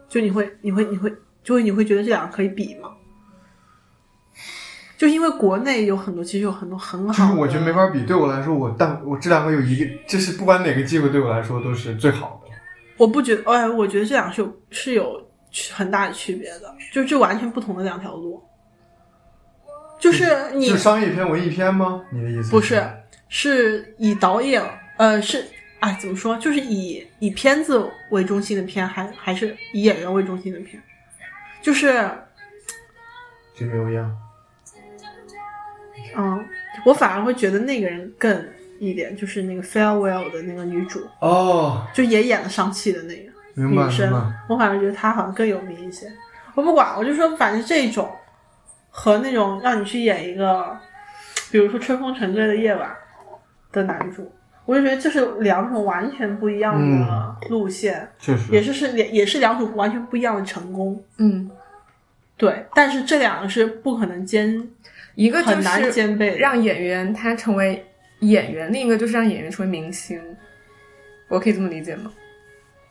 [SPEAKER 5] 就你会你会你会就会你会觉得这两个可以比吗？就因为国内有很多，其实有很多很
[SPEAKER 3] 就
[SPEAKER 5] 好
[SPEAKER 3] 是
[SPEAKER 5] 的，
[SPEAKER 3] 我觉得没法比，对我来说，我但我这两个有一个，这是不管哪个机会对我来说都是最好的。
[SPEAKER 5] 我不觉得，哎，我觉得这两个是有是有区很大的区别的，就是这完全不同的两条路。就是你
[SPEAKER 3] 是商业片文艺片吗？你的意思
[SPEAKER 5] 不是，是以导演，呃，是哎，怎么说？就是以以片子为中心的片，还还是以演员为中心的片？就是，
[SPEAKER 3] 金牛一样。
[SPEAKER 5] 嗯，我反而会觉得那个人更一点，就是那个 farewell 的那个女主，
[SPEAKER 3] 哦，
[SPEAKER 5] 就也演了上戏的那个
[SPEAKER 3] 明白
[SPEAKER 5] 女
[SPEAKER 3] 明
[SPEAKER 5] 生
[SPEAKER 3] 白。，
[SPEAKER 5] 我反而觉得她好像更有名一些。我不管，我就说，反正这种和那种让你去演一个，比如说《春风沉醉的夜晚》的男主，我就觉得这是两种完全不一样的
[SPEAKER 3] 嗯
[SPEAKER 5] 路线，
[SPEAKER 3] 确
[SPEAKER 5] 也
[SPEAKER 3] 实，
[SPEAKER 5] 是是也也是两种完全不一样的成功。
[SPEAKER 4] 嗯，
[SPEAKER 5] 对，但是这两个是不可能兼
[SPEAKER 4] 一个就
[SPEAKER 5] 很难
[SPEAKER 4] 是
[SPEAKER 5] 兼备的。
[SPEAKER 4] 让演员他成为演员，另一个就是让演员成为明星，我可以这么理解吗？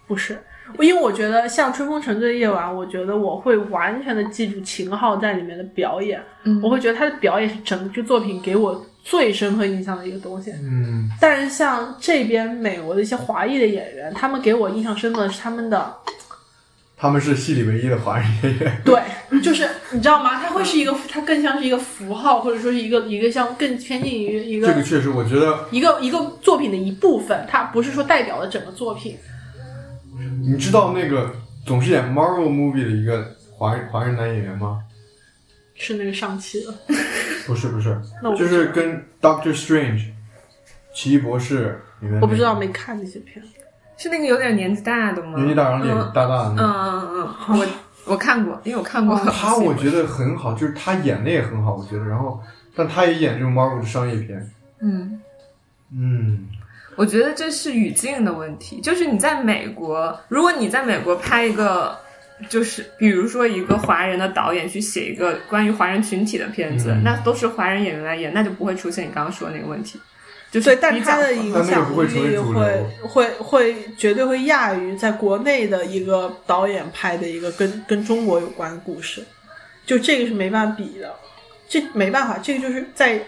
[SPEAKER 5] 不是，因为我觉得像《春风沉醉的夜晚》，我觉得我会完全的记住秦昊在里面的表演，
[SPEAKER 4] 嗯
[SPEAKER 5] 我会觉得他的表演是整个作品给我最深刻印象的一个东西。
[SPEAKER 3] 嗯，
[SPEAKER 5] 但是像这边美国的一些华裔的演员，他们给我印象深刻的是他们的
[SPEAKER 3] 他们是系里唯一的华人演员。
[SPEAKER 5] 对，就是你知道吗？它会是一个，它更像是一个符号，或者说是一个一个像更偏近于 一个、
[SPEAKER 3] 这个确实，我觉得
[SPEAKER 5] 一个一个作品的一部分，它不是说代表了整个作品。
[SPEAKER 3] 你知道那个总是演 Marvel movie 的一个华人华人男演员吗？
[SPEAKER 5] 是那个上期了，
[SPEAKER 3] 不是不是，
[SPEAKER 5] 那我不
[SPEAKER 3] 就
[SPEAKER 5] 知
[SPEAKER 3] 是
[SPEAKER 5] 道
[SPEAKER 3] 跟 Doctor Strange 奇异博士里面那个
[SPEAKER 5] 我不知道没看那些片。
[SPEAKER 4] 是那个有点年纪大的吗？
[SPEAKER 3] 年纪大然后脸大大的那
[SPEAKER 4] 嗯
[SPEAKER 3] 个。
[SPEAKER 4] 嗯嗯嗯，我我看过，因为我看
[SPEAKER 5] 嗯
[SPEAKER 4] 过。
[SPEAKER 3] 哦他我觉得很好，就是他演的也很好，我觉得。然后，但他也演这种 Marvel 的商业片，
[SPEAKER 4] 嗯。
[SPEAKER 3] 嗯，
[SPEAKER 4] 我觉得这是语境的问题，就是你在美国，如果你在美国拍一个，就是比如说一个华人的导演去写一个关于华人群体的片子，
[SPEAKER 3] 嗯
[SPEAKER 4] 那都是华人演员来演，那就不会出现你刚刚说的那个问题，就是
[SPEAKER 5] 对，但
[SPEAKER 4] 比较
[SPEAKER 5] 它的
[SPEAKER 4] 合
[SPEAKER 3] 但
[SPEAKER 5] 影
[SPEAKER 3] 那个
[SPEAKER 5] 响
[SPEAKER 3] 不会成为
[SPEAKER 5] 力
[SPEAKER 3] 主
[SPEAKER 5] 会
[SPEAKER 3] 流
[SPEAKER 5] 会会绝对会亚于在国内的一个导演拍的一个跟跟中国有关的故事，就这个是没办法比的，这没办法，这个就是在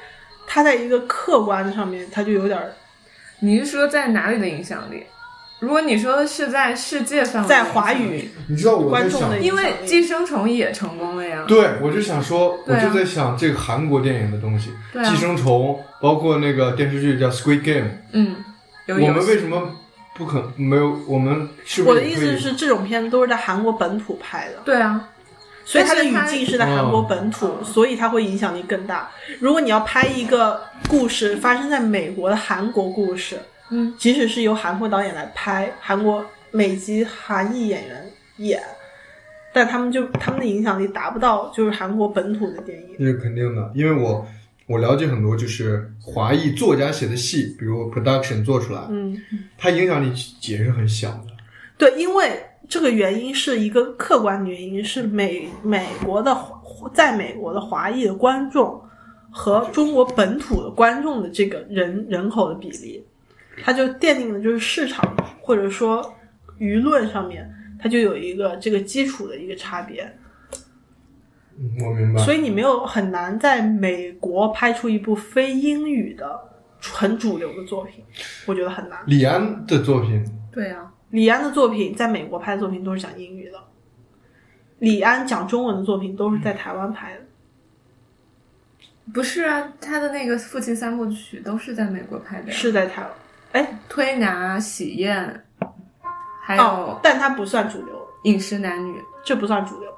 [SPEAKER 5] 他在一个客观的上面，他就有点儿
[SPEAKER 4] 你是说在哪里的影响力？如果你说是在世界范围，
[SPEAKER 5] 在华，语
[SPEAKER 3] 你知道我在
[SPEAKER 5] 观众
[SPEAKER 3] 想
[SPEAKER 5] 的，
[SPEAKER 4] 因为
[SPEAKER 5] 影响
[SPEAKER 4] 《
[SPEAKER 5] 力
[SPEAKER 4] 寄生虫》也成功了呀，
[SPEAKER 3] 对我就想说，我
[SPEAKER 4] 对啊
[SPEAKER 3] 就在想这个韩国电影的东西，
[SPEAKER 4] 对啊
[SPEAKER 3] 寄生虫》，包括那个电视剧叫《Squid Game
[SPEAKER 4] 嗯，》，有
[SPEAKER 3] 我
[SPEAKER 4] 游
[SPEAKER 3] 们
[SPEAKER 4] 戏
[SPEAKER 3] 为什么不可没有？我们是不
[SPEAKER 5] 我
[SPEAKER 3] 是
[SPEAKER 5] 的
[SPEAKER 3] 也
[SPEAKER 5] 意
[SPEAKER 3] 可以
[SPEAKER 5] 思是，这种片子都是在韩国本土拍的，
[SPEAKER 4] 对啊，
[SPEAKER 5] 所以它的语
[SPEAKER 4] 但是它哦
[SPEAKER 5] 境是在韩国本土，所以它会影响力更大。如果你要拍一个故事发生在美国的韩国故事，
[SPEAKER 4] 嗯，
[SPEAKER 5] 即使是由韩国导演来拍，韩国美籍韩裔演员演，但他们就他们的影响力达不到就是韩国本土的电影。
[SPEAKER 3] 那是肯定的，因为我我了解很多就是华裔作家写的戏，比如 production 做出来，
[SPEAKER 5] 嗯，
[SPEAKER 3] 它影响力也是很小的。
[SPEAKER 5] 对，因为这个原因是一个客观的原因，是美美国的华在美国的华裔的观众和中国本土的观众的这个人人口的比例，它就奠定了就是市场或者说舆论上面，它就有一个这个基础的一个差别，
[SPEAKER 3] 嗯我明白。
[SPEAKER 5] 所以你没有很难在美国拍出一部非英语的很主流的作品，我觉得很难。
[SPEAKER 3] 李安的作 品，
[SPEAKER 4] 对啊，
[SPEAKER 5] 李安的作品在美国拍的作品都是讲英语的，李安讲中文的作品都是在台湾拍的。
[SPEAKER 4] 不是啊，他的那个《父亲三部曲》都是在美国拍的呀，
[SPEAKER 5] 是在台湾，哎，
[SPEAKER 4] 推拿、喜宴，还
[SPEAKER 5] 哦
[SPEAKER 4] 有，
[SPEAKER 5] 但它不算主流，
[SPEAKER 4] 饮食男女。
[SPEAKER 5] 这不算主流。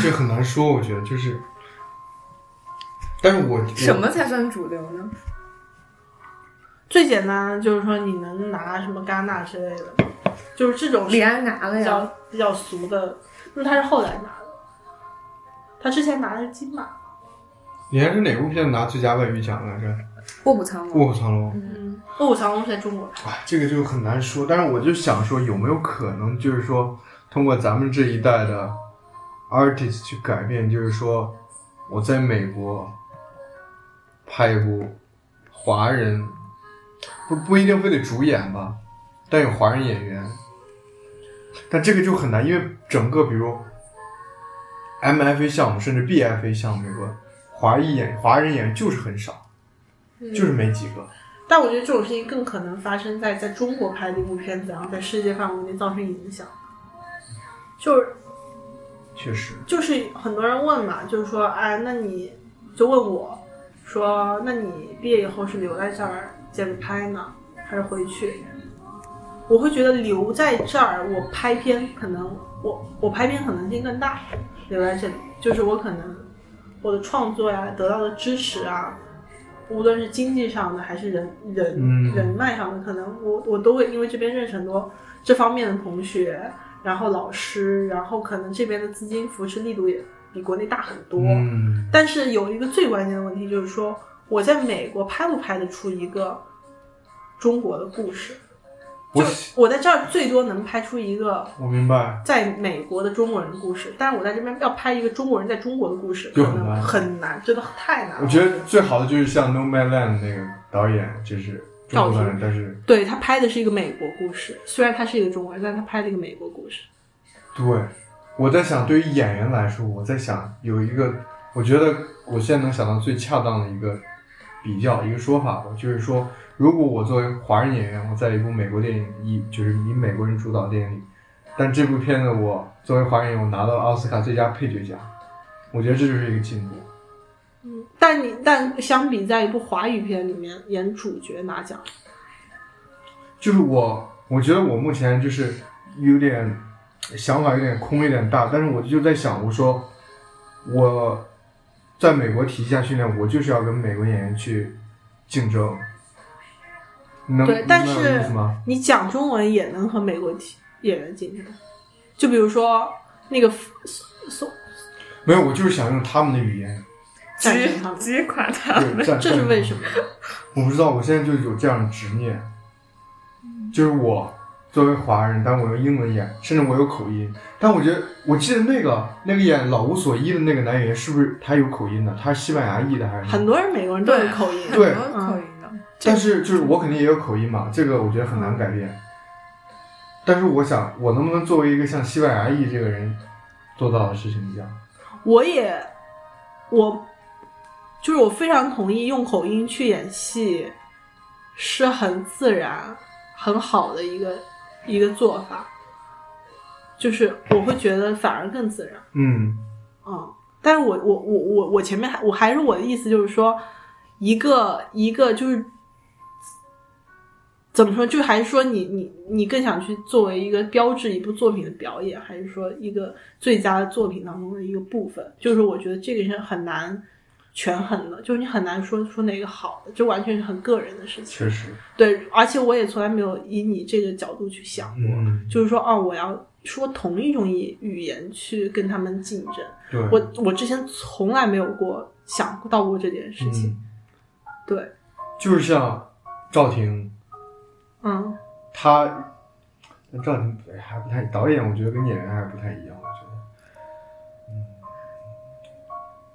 [SPEAKER 3] 这很难说，我觉得就是，但是我
[SPEAKER 4] 什么？才算主流呢？
[SPEAKER 5] 最简单的就是说，你能拿什么戛纳之类的，就是这种
[SPEAKER 4] 李
[SPEAKER 5] 是
[SPEAKER 4] 安拿了
[SPEAKER 5] 比
[SPEAKER 4] 呀，
[SPEAKER 5] 较比较俗的，那他是后来拿的，他之前拿的是金马。
[SPEAKER 3] 我李安是哪部片子拿最佳外语奖来着？
[SPEAKER 4] 卧虎藏
[SPEAKER 3] 《卧
[SPEAKER 4] 龙。
[SPEAKER 3] 虎藏龙》。
[SPEAKER 5] 嗯，《卧虎藏龙》是在中国拍的，
[SPEAKER 3] 哎，这个就很难说。但是我就想说，有没有可能就是说，通过咱们这一代的 artist 去改变，就是说，我在美国拍一部华人，不不一定非得主演吧，但有华人演员。但这个就很难，因为整个比如 MFA 项目，甚至 BFA 项目，美国华裔演华人演员就是很少，就是没几个。
[SPEAKER 5] 但我觉得这种事情更可能发生在在中国拍的一部片子，然后在世界范围内造成影响，就是。
[SPEAKER 3] 确实，
[SPEAKER 5] 就是很多人问嘛，就是说，哎，那你就问我说，那你毕业以后是留在这儿接着拍呢，还是回去？我会觉得留在这儿，我拍片可能我我拍片可能性更大，留在这里就是我可能我的创作呀、得到的支持啊，无论是经济上的还是人人、
[SPEAKER 3] 嗯
[SPEAKER 5] 人脉上的，可能我我都会因为这边认识很多这方面的同学，然后老师，然后可能这边的资金扶持力度也比国内大很多。
[SPEAKER 3] 嗯。
[SPEAKER 5] 但是有一个最关键的问题就是说，我在美国拍不拍得出一个中国的故事？
[SPEAKER 3] 我
[SPEAKER 5] 就我在这儿最多能拍出一个
[SPEAKER 3] 我明白，
[SPEAKER 5] 在美国的中国人的故事，但是我在这边要拍一个中国人在中国的故事，可
[SPEAKER 3] 就很
[SPEAKER 5] 能
[SPEAKER 3] 难
[SPEAKER 5] 很难，真的太难了。
[SPEAKER 3] 我觉得最好的就是像《No Man Land》那个导演，就是中国导演，但是
[SPEAKER 5] 对他拍的是一个美国故事，虽然他是一个中国人，但他拍了一个美国故事。
[SPEAKER 3] 对，我在想，对于演员来说，我在想有一个，我觉得我现在能想到最恰当的一个比较，一个说法吧，就是说，如果我作为华人演员，我在一部美国电影，以就是以美国人主导的电影里，但这部片子我作为华人，我拿到了奥斯卡最佳配角奖，我觉得这就是一个进步。
[SPEAKER 5] 但你但相比在一部华语片里面演主角拿奖，
[SPEAKER 3] 就是我，我觉得我目前就是有点想法有点空，有点大，但是我就在想，我说我在美国体系下训练，我就是要跟美国演员去竞争，能
[SPEAKER 5] 对
[SPEAKER 3] 明白
[SPEAKER 5] 但
[SPEAKER 3] 我
[SPEAKER 5] 是
[SPEAKER 3] 的意思吗？
[SPEAKER 5] 你讲中文也能和美国体演员竞争。就比如说那个宋宋，
[SPEAKER 3] 没有，我就是想用他们的语言，
[SPEAKER 5] 战
[SPEAKER 4] 击
[SPEAKER 5] 胜他们
[SPEAKER 4] 击垮他们。
[SPEAKER 3] 对，战
[SPEAKER 5] 这是
[SPEAKER 3] 战
[SPEAKER 5] 为什么？
[SPEAKER 3] 我不知道，我现在就有这样的执念，
[SPEAKER 5] 嗯
[SPEAKER 3] 就是我作为华人，但我用英文演，甚至我有口音。但我觉得，我记得那个那个演老无所依的那个男演员，是不是他有口音的？他是西班牙裔的还是？
[SPEAKER 5] 很多人美国人都有口音，
[SPEAKER 3] 对
[SPEAKER 4] 很多口音的。
[SPEAKER 3] 但是就是我肯定也有口音嘛，这个我觉得很
[SPEAKER 5] 嗯
[SPEAKER 3] 难改变。但是我想，我能不能作为一个像西班牙裔这个人做到的事情一样？
[SPEAKER 5] 我也我就是我非常同意用口音去演戏是很自然很好的一个一个做法，就是我会觉得反而更自然。
[SPEAKER 3] 嗯，
[SPEAKER 5] 嗯，但是我我我我我前面还我还是我的意思就是说，一个一个就是怎么说，就还是说你你你更想去作为一个标志一部作品的表演，还是说一个最佳的作品当中的一个部分？就是我觉得这个是很难权衡的，就是你很难说出哪个好的，就完全是很个人的事情。
[SPEAKER 3] 确实，
[SPEAKER 5] 对，而且我也从来没有以你这个角度去想过，
[SPEAKER 3] 嗯，
[SPEAKER 5] 就是说哦，我要说同一种语语言去跟他们竞争。
[SPEAKER 3] 对，
[SPEAKER 5] 我我之前从来没有过想到过这件事情。
[SPEAKER 3] 嗯，
[SPEAKER 5] 对，
[SPEAKER 3] 就是像赵婷，
[SPEAKER 5] 嗯，
[SPEAKER 3] 他那赵婷哎还不太导演，我觉得跟演员还不太一样，我觉得。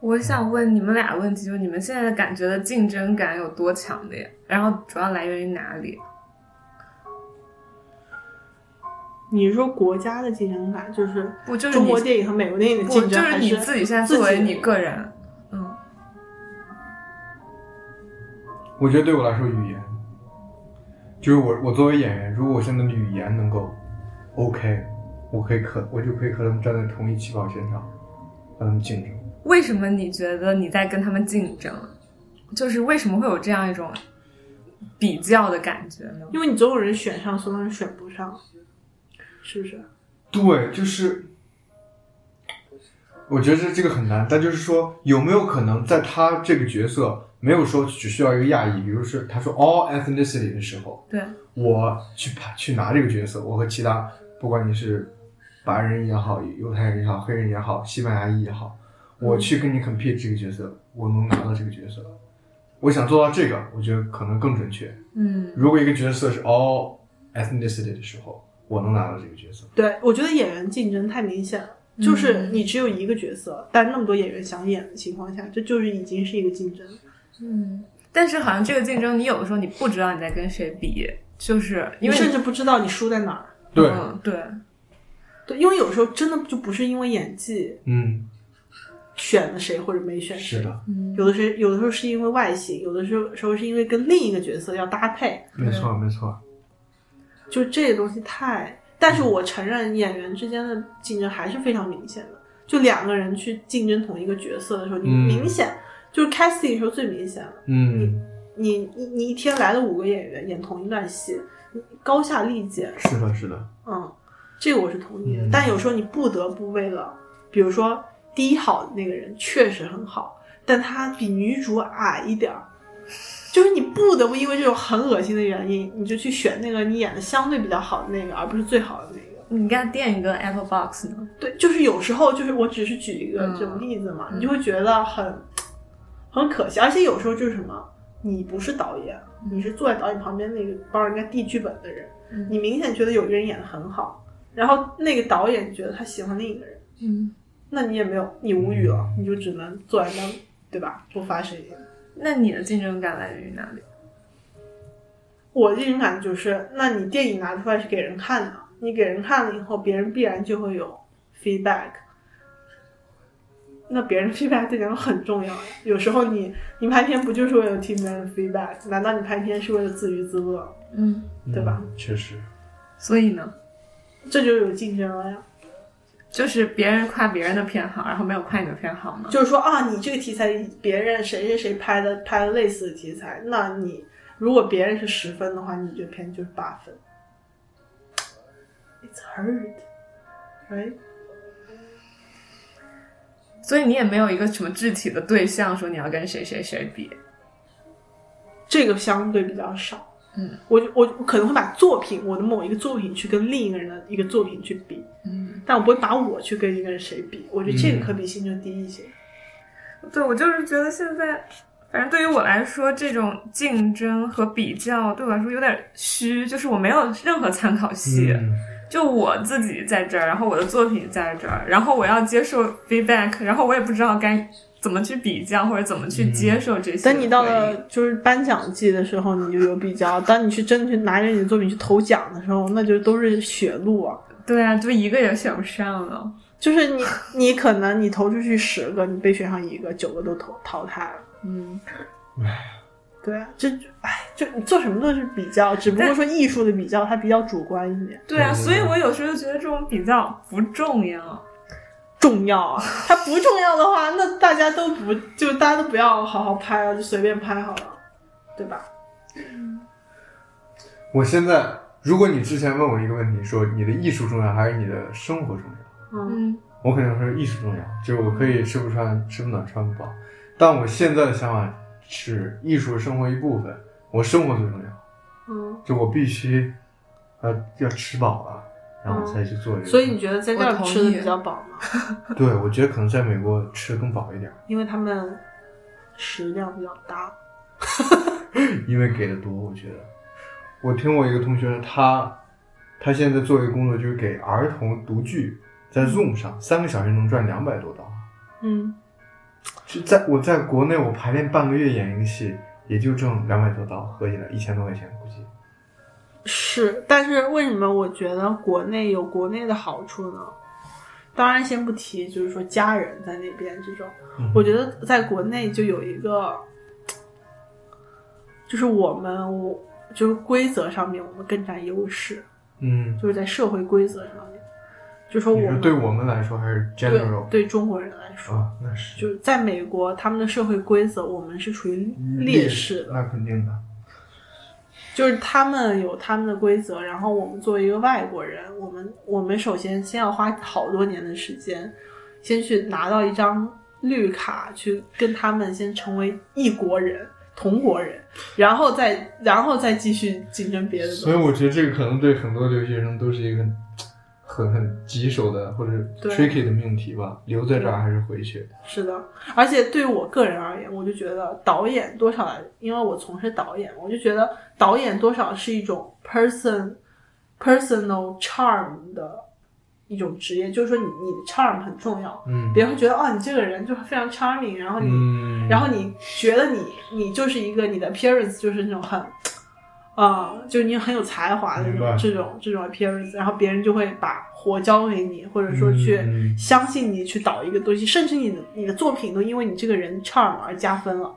[SPEAKER 4] 我想问你们俩问题，就是你们现在感觉的竞争感有多强烈？然后主要来源于哪里？
[SPEAKER 5] 你说国家的竞争感就是
[SPEAKER 4] 不就是
[SPEAKER 5] 中国
[SPEAKER 4] 你
[SPEAKER 5] 电影和美国电影的
[SPEAKER 4] 不
[SPEAKER 5] 竞争，
[SPEAKER 4] 就
[SPEAKER 5] 还
[SPEAKER 4] 是你自己现在作为你个人，嗯，
[SPEAKER 3] 我觉得对我来说，语言就是我我作为演员，如果我现在的语言能够 OK，我可以可我就可以和他们站在同一起跑线上，和他们竞争。
[SPEAKER 4] 为什么你觉得你在跟他们竞争？就是为什么会有这样一种比较的感觉呢？
[SPEAKER 5] 因为你总有人选上，总有人选不上，是不是？
[SPEAKER 3] 对，就是我觉得这这个很难，但就是说有没有可能在他这个角色没有说只需要一个亚裔，比如是他说 all ethnicity 的时候，
[SPEAKER 4] 对，
[SPEAKER 3] 我去拍去拿这个角色，我和其他不管你是白人也好、犹太人也好、黑人也好、西班牙裔也好，我去跟你 compete 这个角色，我能拿到这个角色。我想做到这个，我觉得可能更准确。
[SPEAKER 4] 嗯，
[SPEAKER 3] 如果一个角色是 all ethnicity 的时候，我能拿到这个角色。
[SPEAKER 5] 对，我觉得演员竞争太明显了。
[SPEAKER 4] 嗯
[SPEAKER 5] 就是你只有一个角色，但那么多演员想演的情况下，这就是已经是一个竞争。
[SPEAKER 4] 嗯，但是好像这个竞争，你有的时候你不知道你在跟谁比，就是
[SPEAKER 5] 你
[SPEAKER 4] 因为
[SPEAKER 5] 甚至不知道你输在哪儿。
[SPEAKER 3] 对，
[SPEAKER 4] 嗯对，
[SPEAKER 5] 对，因为有时候真的就不是因为演技
[SPEAKER 3] 嗯，
[SPEAKER 5] 选了谁或者没选谁，
[SPEAKER 3] 是的，
[SPEAKER 5] 有的是有的时候是因为外形，有的时候时候是因为跟另一个角色要搭配，
[SPEAKER 3] 没错
[SPEAKER 5] 嗯
[SPEAKER 3] 没错。
[SPEAKER 5] 就这个东西太……但是我承认演员之间的竞争还是非常明显的，就两个人去竞争同一个角色的时候，你
[SPEAKER 3] 嗯
[SPEAKER 5] 明显、就是 casting 的时候最明显了。
[SPEAKER 3] 嗯，
[SPEAKER 5] 你你你一天来了五个演员演同一段戏，你高下立见，
[SPEAKER 3] 是的，是的，
[SPEAKER 5] 嗯，这个我是同意的。
[SPEAKER 3] 嗯
[SPEAKER 5] 但有时候你不得不为了，比如说第一好的那个人确实很好，但他比女主矮一点儿，就是你不得不因为这种很恶心的原因，你就去选那个你演的相对比较好的那个，而不是最好的那个。
[SPEAKER 4] 你给他垫一个 Apple Box 呢？
[SPEAKER 5] 对，就是有时候就是我只是举一个
[SPEAKER 4] 嗯
[SPEAKER 5] 这种例子嘛，你就会觉得很很可惜，而且有时候就是什么，你不是导演，你是坐在导演旁边那个帮人家递剧本的人，
[SPEAKER 4] 嗯
[SPEAKER 5] 你明显觉得有一个人演的很好，然后那个导演觉得他喜欢另一个人，
[SPEAKER 4] 嗯，
[SPEAKER 5] 那你也没有，你无语了，你就只能坐在那，对吧？不发声音。
[SPEAKER 4] 那你的竞争感来源于哪里？
[SPEAKER 5] 我的一种感觉就是，那你电影拿出来是给人看的，你给人看了以后，别人必然就会有 feedback。那别人 feedback 对你来说很重要呀。有时候你你拍片不就是为了听别人 feedback？难道你拍片是为了自娱自乐？
[SPEAKER 4] 嗯，
[SPEAKER 5] 对吧
[SPEAKER 3] 嗯？确实，
[SPEAKER 4] 所以呢？
[SPEAKER 5] 这就有竞争了呀。
[SPEAKER 4] 就是别人夸别人的偏好，然后没有夸你的偏好吗？
[SPEAKER 5] 就是说啊，你这个题材别人谁谁谁拍的拍了类似的题材，那你如果别人是十分的话，你这篇就是八分。It's hard, right？
[SPEAKER 4] 所以你也没有一个什么具体的对象说你要跟谁谁谁比。
[SPEAKER 5] 这个相对比较少。
[SPEAKER 4] 嗯，
[SPEAKER 5] 我我我可能会把作品，我的某一个作品去跟另一个人的一个作品去比，
[SPEAKER 4] 嗯，
[SPEAKER 5] 但我不会把我去跟一个人谁比，我觉得这个可比性就低一些。
[SPEAKER 4] 对我就是觉得现在，反正对于我来说，这种竞争和比较对我来说有点虚，就是我没有任何参考
[SPEAKER 5] 嗯
[SPEAKER 4] 系。
[SPEAKER 3] 嗯
[SPEAKER 4] 就我自己在这儿，然后我的作品在这儿，然后我要接受 feedback，然后我也不知道该怎么去比较或者怎么
[SPEAKER 3] 嗯
[SPEAKER 4] 去接受这些回
[SPEAKER 5] 等
[SPEAKER 4] 应。
[SPEAKER 5] 你到了就是颁奖季的时候，你就有比 较；当你去真的去拿着你的作品去投奖的时候，那就都是血路啊。
[SPEAKER 4] 对啊，就一个也选不上了。
[SPEAKER 5] 就是 你，你可能你投出去十个，你被选上一个，九个都投淘汰了。
[SPEAKER 4] 嗯，
[SPEAKER 5] 对啊，这哎，就你做什么都是比较，只不过说艺术的比较，它比较主观一点，
[SPEAKER 4] 对啊，
[SPEAKER 3] 嗯
[SPEAKER 4] 所以我有时候觉得这种比较不重要。
[SPEAKER 5] 重要啊。它不重要的话，那大家都不就大家都不要好好拍啊了，就随便拍好了，对吧？
[SPEAKER 3] 我现在，如果你之前问我一个问题，说你的艺术重要还是你的生活重要？
[SPEAKER 5] 嗯，
[SPEAKER 4] 嗯，
[SPEAKER 3] 我肯定说艺术重要，就是我可以吃不穿、吃不暖、穿不饱。但我现在的想法是，艺术是生活一部分，我生活最重要。
[SPEAKER 5] 嗯，
[SPEAKER 3] 就我必须，呃，要吃饱了，然后我才去做这个。
[SPEAKER 5] 嗯所以你觉得在这
[SPEAKER 4] 我
[SPEAKER 5] 儿
[SPEAKER 4] 同意
[SPEAKER 5] 吃的比较饱吗？
[SPEAKER 3] 对，我觉得可能在美国吃的更饱一点，
[SPEAKER 5] 因为他们食量比较大。
[SPEAKER 3] 因为给的多。我觉得，我听我一个同学，他他现在做一个工作，就是给儿童读剧，在 Zoom 上三个小时能赚两百多刀。
[SPEAKER 5] 嗯，
[SPEAKER 3] 就在我在国内，我排练半个月演一个戏，也就挣两百多刀，合起来一千多块钱，估计。
[SPEAKER 5] 是，但是为什么我觉得国内有国内的好处呢？当然，先不提，就是说家人在那边这种，我觉得在国内就有一个，就是我们我就是规则上面我们更占优势，
[SPEAKER 3] 嗯，
[SPEAKER 5] 就是在社会规则上面，就说
[SPEAKER 3] 你
[SPEAKER 5] 我
[SPEAKER 3] 说
[SPEAKER 5] 们
[SPEAKER 3] 对我们来说还是 general
[SPEAKER 5] 对对中国人来说，
[SPEAKER 3] 啊，那是
[SPEAKER 5] 就是在美国他们的社会规则，我们是处于
[SPEAKER 3] 嗯
[SPEAKER 5] 劣势的，
[SPEAKER 3] 那肯定的。
[SPEAKER 5] 就是他们有他们的规则，然后我们作为一个外国人，我们我们首先先要花好多年的时间，先去拿到一张绿卡，去跟他们先成为一国人、同国人，然后再然后再继续竞争别的
[SPEAKER 3] 所以
[SPEAKER 5] 东西。
[SPEAKER 3] 我觉得这个可能对很多留学生都是一个很很棘手的或者
[SPEAKER 5] 对
[SPEAKER 3] tricky 的命题吧，留在这儿还是回去？
[SPEAKER 5] 是的，而且对于我个人而言，我就觉得导演多少，因为我从事导演，我就觉得导演多少是一种 person personal charm 的一种职业，就是说你你的 charm 很重要。
[SPEAKER 3] 嗯
[SPEAKER 5] 别人会觉得哦，你这个人就是非常 charming，然后你，
[SPEAKER 3] 嗯，
[SPEAKER 5] 然后你觉得你你就是一个你的 appearance 就是那种很，啊、就是你很有才华的这
[SPEAKER 3] 明
[SPEAKER 5] 种
[SPEAKER 3] 白
[SPEAKER 5] 这种这种 appearance，然后别人就会把活交给你，或者说去
[SPEAKER 3] 嗯
[SPEAKER 5] 相信你去导一个东西，甚至你的你的作品都因为你这个人 charm 而加分了。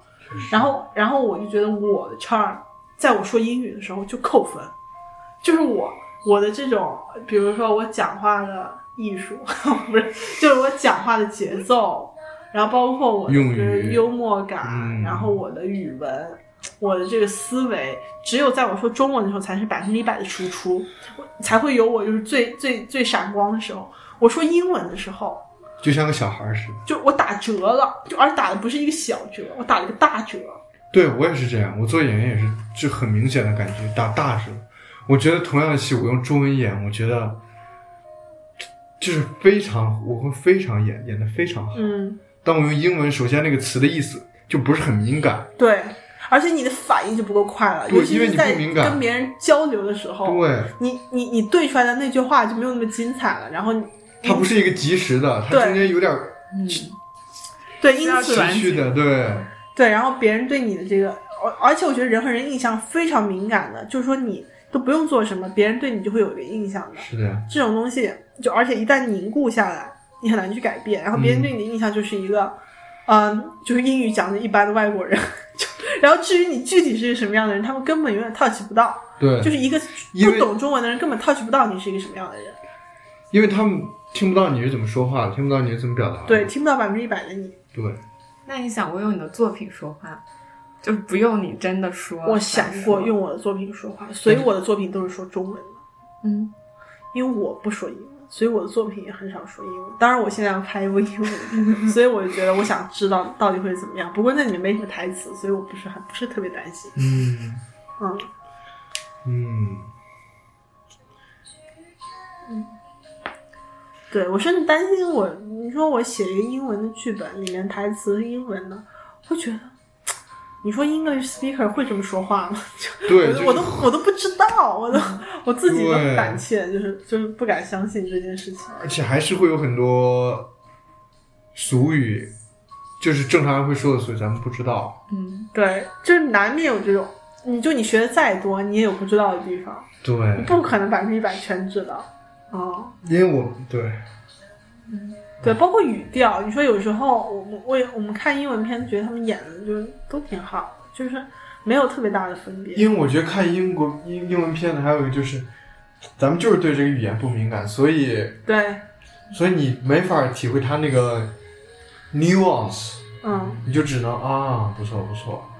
[SPEAKER 5] 然后然后我就觉得我的 charm 在我说英语的时候就扣分，就是我我的这种，比如说我讲话的艺术， 不是，就是我讲话的节奏，然后包括我的
[SPEAKER 3] 用语
[SPEAKER 5] 就是幽默感，
[SPEAKER 3] 嗯
[SPEAKER 5] 然后我的语文。我的这个思维，只有在我说中文的时候，才是百分之一百的输出，我才会有我就是最最最闪光的时候。我说英文的时候，
[SPEAKER 3] 就像个小孩儿似的。
[SPEAKER 5] 就我打折了，就而且打的不是一个小折，我打了一个大折。
[SPEAKER 3] 对我也是这样，我做演员也是，就很明显的感觉打大折。我觉得同样的戏，我用中文演，我觉得就是非常，我会非常演演的非常好。
[SPEAKER 5] 嗯，
[SPEAKER 3] 但我用英文，首先那个词的意思就不是很敏感，
[SPEAKER 5] 对，而且你的反应就不够快了，
[SPEAKER 3] 对
[SPEAKER 5] 尤其
[SPEAKER 3] 因为
[SPEAKER 5] 是
[SPEAKER 3] 你
[SPEAKER 5] 在
[SPEAKER 3] 不敏感
[SPEAKER 5] 跟别人交流的时候，
[SPEAKER 3] 对，
[SPEAKER 5] 你你你对出来的那句话就没有那么精彩了。然后你
[SPEAKER 3] 它不是一个及时的，它
[SPEAKER 5] 对
[SPEAKER 3] 中间有点儿
[SPEAKER 5] 对，因
[SPEAKER 4] 要
[SPEAKER 5] 此
[SPEAKER 3] 情绪的，对。
[SPEAKER 5] 对，然后别人对你的这个，而而且我觉得人和人印象非常敏感的，就是说你都不用做什么，别人对你就会有一个印象的。
[SPEAKER 3] 是的，
[SPEAKER 5] 这种东西，就而且一旦凝固下来，你很难去改变。然后别
[SPEAKER 3] 嗯
[SPEAKER 5] 人对你的印象就是一个，嗯、就是英语讲的一般的外国人。 就然后至于你具体是个什么样的人，他们根本永远 touch 不到，
[SPEAKER 3] 对，
[SPEAKER 5] 就是一个
[SPEAKER 3] 因
[SPEAKER 5] 不
[SPEAKER 3] 为
[SPEAKER 5] 懂中文的人根本 touch 不到你是一个什么样的人。
[SPEAKER 3] 因为他们听不到你是怎么说话的，听不到你是怎么表达的。
[SPEAKER 5] 对，听不到百分之一百的你。
[SPEAKER 3] 对，
[SPEAKER 4] 那你想，我用你的作品说话，就是不用你真的说。
[SPEAKER 3] 啊
[SPEAKER 5] 我想过用我的作品说话，所以我的作品都是说中文的，
[SPEAKER 4] 嗯，
[SPEAKER 5] 因为我不说英文，所以我的作品也很少说英文。当然，我现在要拍一部英文的， 所以我就觉得我想知道到底会怎么样。不过那里面没什么台词，所以我不是很不是特别担心。
[SPEAKER 3] 嗯
[SPEAKER 5] 嗯，
[SPEAKER 3] 嗯，
[SPEAKER 5] 对我甚至担心我，你说我写一个英文的剧本，里面台词是英文的，会觉得。你说 English speaker 会这么说话吗？
[SPEAKER 3] 对，
[SPEAKER 5] 我
[SPEAKER 3] 就是
[SPEAKER 5] 都
[SPEAKER 3] 嗯
[SPEAKER 5] 我都我都不知道，我都我自己都
[SPEAKER 3] 对
[SPEAKER 5] 胆怯，就是就是不敢相信这件事情。
[SPEAKER 3] 而且还是会有很多俗语，就是正常人会说的俗语，咱们不知道。
[SPEAKER 5] 对，就是难免有这种，你就你学的再多，你也有不知道的地方，
[SPEAKER 3] 对，
[SPEAKER 5] 你不可能百分之一百全知道。哦，
[SPEAKER 3] 因为我对
[SPEAKER 5] 对，包括语调，你说有时候我们我也我们看英文片，觉得他们演的就是都挺好，就是没有特别大的分别。
[SPEAKER 3] 因为我觉得看英国英英文片的还有一个就是，咱们就是对这个语言不敏感，所以
[SPEAKER 5] 对，
[SPEAKER 3] 所以你没法体会它那个 nuance，
[SPEAKER 5] 嗯，
[SPEAKER 3] 你就只能啊不错不错。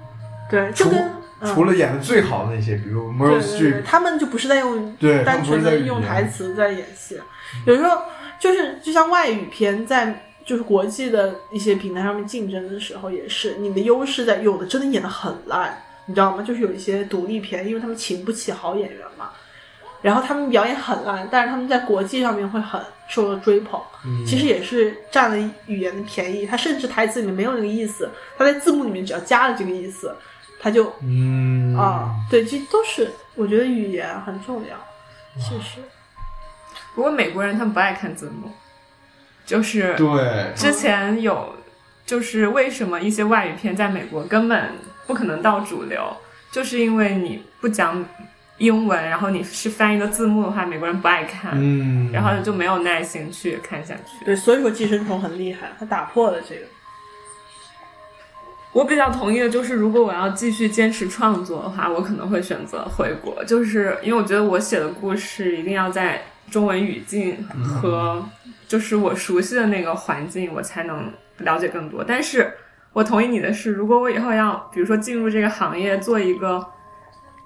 [SPEAKER 5] 对，就
[SPEAKER 3] 除
[SPEAKER 5] 跟、嗯、
[SPEAKER 3] 除了演的最好的那些，比如
[SPEAKER 5] 对
[SPEAKER 3] Meryl
[SPEAKER 5] 对对，
[SPEAKER 3] Streep，
[SPEAKER 5] 他们就不是在用
[SPEAKER 3] 对，他
[SPEAKER 5] 单
[SPEAKER 3] 们不
[SPEAKER 5] 纯
[SPEAKER 3] 是在
[SPEAKER 5] 的
[SPEAKER 3] 语
[SPEAKER 5] 用
[SPEAKER 3] 言
[SPEAKER 5] 台词在演戏，有时候就是就像外语片在就是国际的一些平台上面竞争的时候，也是你的优势在有的真的演的很烂，你知道吗？就是有一些独立片，因为他们请不起好演员嘛，然后他们表演很烂，但是他们在国际上面会很受到追捧，
[SPEAKER 3] 嗯
[SPEAKER 5] 其实也是占了语言的便宜。他甚至台词里面没有那个意思，他在字幕里面只要加了这个意思，他就
[SPEAKER 3] 嗯
[SPEAKER 5] 啊，对，这都是我觉得语言很重要，确实。
[SPEAKER 4] 不过美国人他们不爱看字幕，就是
[SPEAKER 3] 对，
[SPEAKER 4] 之前有，就是为什么一些外语片在美国根本不可能到主流，就是因为你不讲英文，然后你是翻一个字幕的话，美国人不爱看，
[SPEAKER 3] 嗯，
[SPEAKER 4] 然后就没有耐心去看下去。
[SPEAKER 5] 对，所以说寄生虫很厉害，它打破了这个。
[SPEAKER 4] 我比较同意的就是，如果我要继续坚持创作的话，我可能会选择回国，就是因为我觉得我写的故事一定要在中文语境和
[SPEAKER 5] 嗯
[SPEAKER 4] 就是我熟悉的那个环境，我才能了解更多。但是我同意你的是，如果我以后要比如说进入这个行业，做一个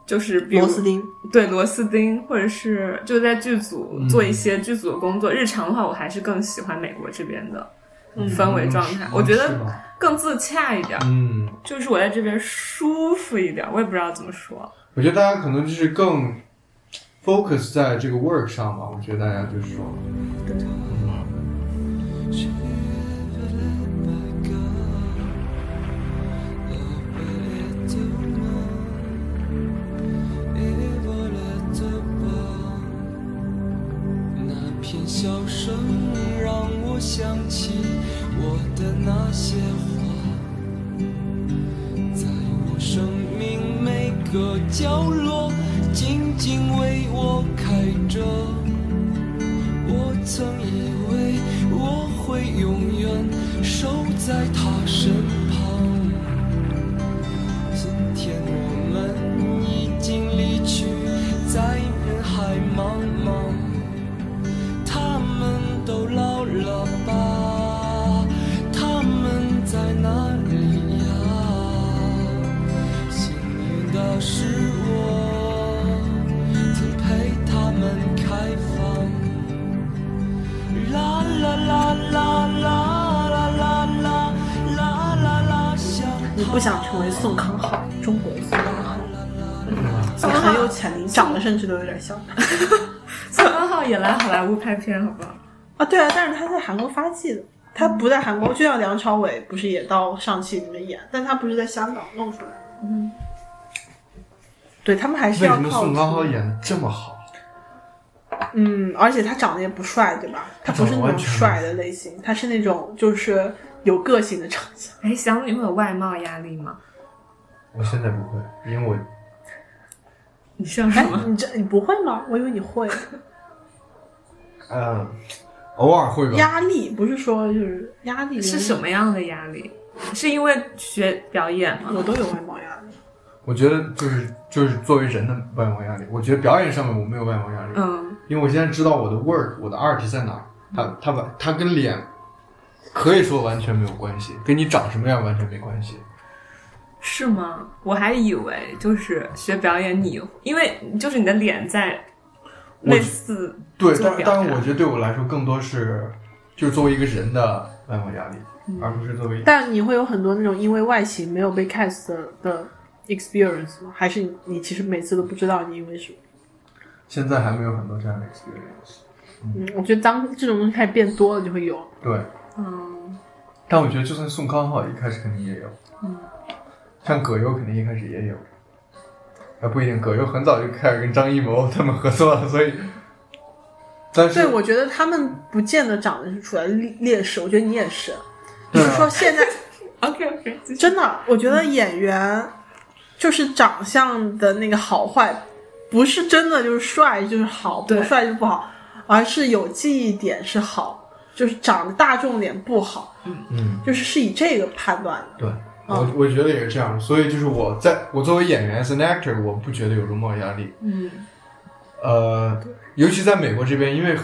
[SPEAKER 4] 就是比如
[SPEAKER 5] 螺丝钉，
[SPEAKER 4] 对螺丝钉，或者是就在剧组
[SPEAKER 3] 嗯
[SPEAKER 4] 做一些剧组的工
[SPEAKER 5] 嗯
[SPEAKER 4] 作。日常的话，我还是更喜欢美国这边的氛围状态，
[SPEAKER 3] 嗯
[SPEAKER 4] 我觉
[SPEAKER 3] 是
[SPEAKER 4] 得
[SPEAKER 3] 吧
[SPEAKER 4] 更自洽一点。
[SPEAKER 3] 嗯，
[SPEAKER 4] 就是我在这边舒服一点，我也不知道怎么说。
[SPEAKER 3] 我觉得大家可能就是更 focus 在这个 work 上吧。我觉得大家就是说，嗯
[SPEAKER 9] 那片笑声让我想起我的那些花，在我生命每个角落，静静为我开着。我曾以为我会永远守在她身旁。今天我们已经离去，在人海茫茫，他们都老了吧？他们在哪里呀？幸运的是我，曾陪他们开放。啦啦啦啦啦啦啦啦啦啦啦，想
[SPEAKER 5] 你不想成为宋康昊，中国的宋康昊，
[SPEAKER 3] 嗯
[SPEAKER 5] 你很有潜力，长得甚至都有点像
[SPEAKER 4] 宋康昊也来好莱坞拍片，好不好？
[SPEAKER 5] 啊。对啊，但是他在韩国发迹的，他不在韩国，就像梁朝伟不是也到上戏里面演，但他不是在香港弄出来的。嗯，对他们还是
[SPEAKER 3] 为
[SPEAKER 5] 要
[SPEAKER 3] 什
[SPEAKER 5] 靠
[SPEAKER 3] 么宋康昊
[SPEAKER 5] 出
[SPEAKER 3] 演的这么好？
[SPEAKER 5] 嗯，而且他长得也不帅，对吧？他不是那
[SPEAKER 3] 长得完
[SPEAKER 5] 种
[SPEAKER 3] 全不
[SPEAKER 5] 帅的类型，他是那种就是有个性的长相。
[SPEAKER 4] 哎，想你会有外貌压力吗？
[SPEAKER 3] 我现在不会，因为我
[SPEAKER 4] 你像什么？
[SPEAKER 5] 你这你不会吗？我以为你会。
[SPEAKER 3] 嗯，偶尔会吧。
[SPEAKER 5] 压力不是说就是压
[SPEAKER 4] 哎
[SPEAKER 5] 力
[SPEAKER 4] 是什？么样的压力？是因为学表演吗？
[SPEAKER 5] 我都有外貌压力，
[SPEAKER 3] 我觉得就是就是作为人的外貌压力，我觉得表演上面我没有外貌压力，
[SPEAKER 4] 嗯，
[SPEAKER 3] 因为我现在知道我的 work 我的 art 在哪儿，它它完它跟脸可以说完全没有关系，跟你长什么样完全没关系。
[SPEAKER 4] 是吗？我还以为就是学表演你，因为就是你的脸在
[SPEAKER 3] 我
[SPEAKER 4] 类似
[SPEAKER 3] 对，
[SPEAKER 4] 做
[SPEAKER 3] 但
[SPEAKER 4] 表
[SPEAKER 3] 但
[SPEAKER 4] 达
[SPEAKER 3] 是我觉得对我来说更多是就是作为一个人的外貌压力，而不是作为
[SPEAKER 5] 但你会有很多那种因为外形没有被 cast 的的 experience 吗？还是你你其实每次都不知道你因为什么？
[SPEAKER 3] 现在还没有很多这样的 experience。
[SPEAKER 5] 嗯，我觉得当这种东西开始变多了，就会有。
[SPEAKER 3] 对，
[SPEAKER 4] 嗯
[SPEAKER 3] 但我觉得就算宋康昊一开始肯定也有，
[SPEAKER 4] 嗯，
[SPEAKER 3] 像葛优肯定一开始也有，啊不一定，葛优很早就开始跟张艺谋他们合作了，所以，但是
[SPEAKER 5] 对，我觉得他们不见得长得是处在劣劣势，我觉得你也是。就
[SPEAKER 3] 对
[SPEAKER 5] 是说
[SPEAKER 3] 啊，
[SPEAKER 5] 现在
[SPEAKER 4] ，OK OK，继续
[SPEAKER 5] 真的，我觉得
[SPEAKER 3] 嗯
[SPEAKER 5] 演员就是长相的那个好坏，不是真的就是帅就是好，
[SPEAKER 4] 对
[SPEAKER 5] 不帅就不好，而是有记忆点是好，就是长得大众脸不好，
[SPEAKER 3] 嗯，
[SPEAKER 5] 就是是以这个判断的。
[SPEAKER 3] 对。我我觉得也是这样，所以就是我在我作为演员 as an actor，我不觉得有容貌压力，
[SPEAKER 4] 嗯
[SPEAKER 3] 呃，尤其在美国这边，因为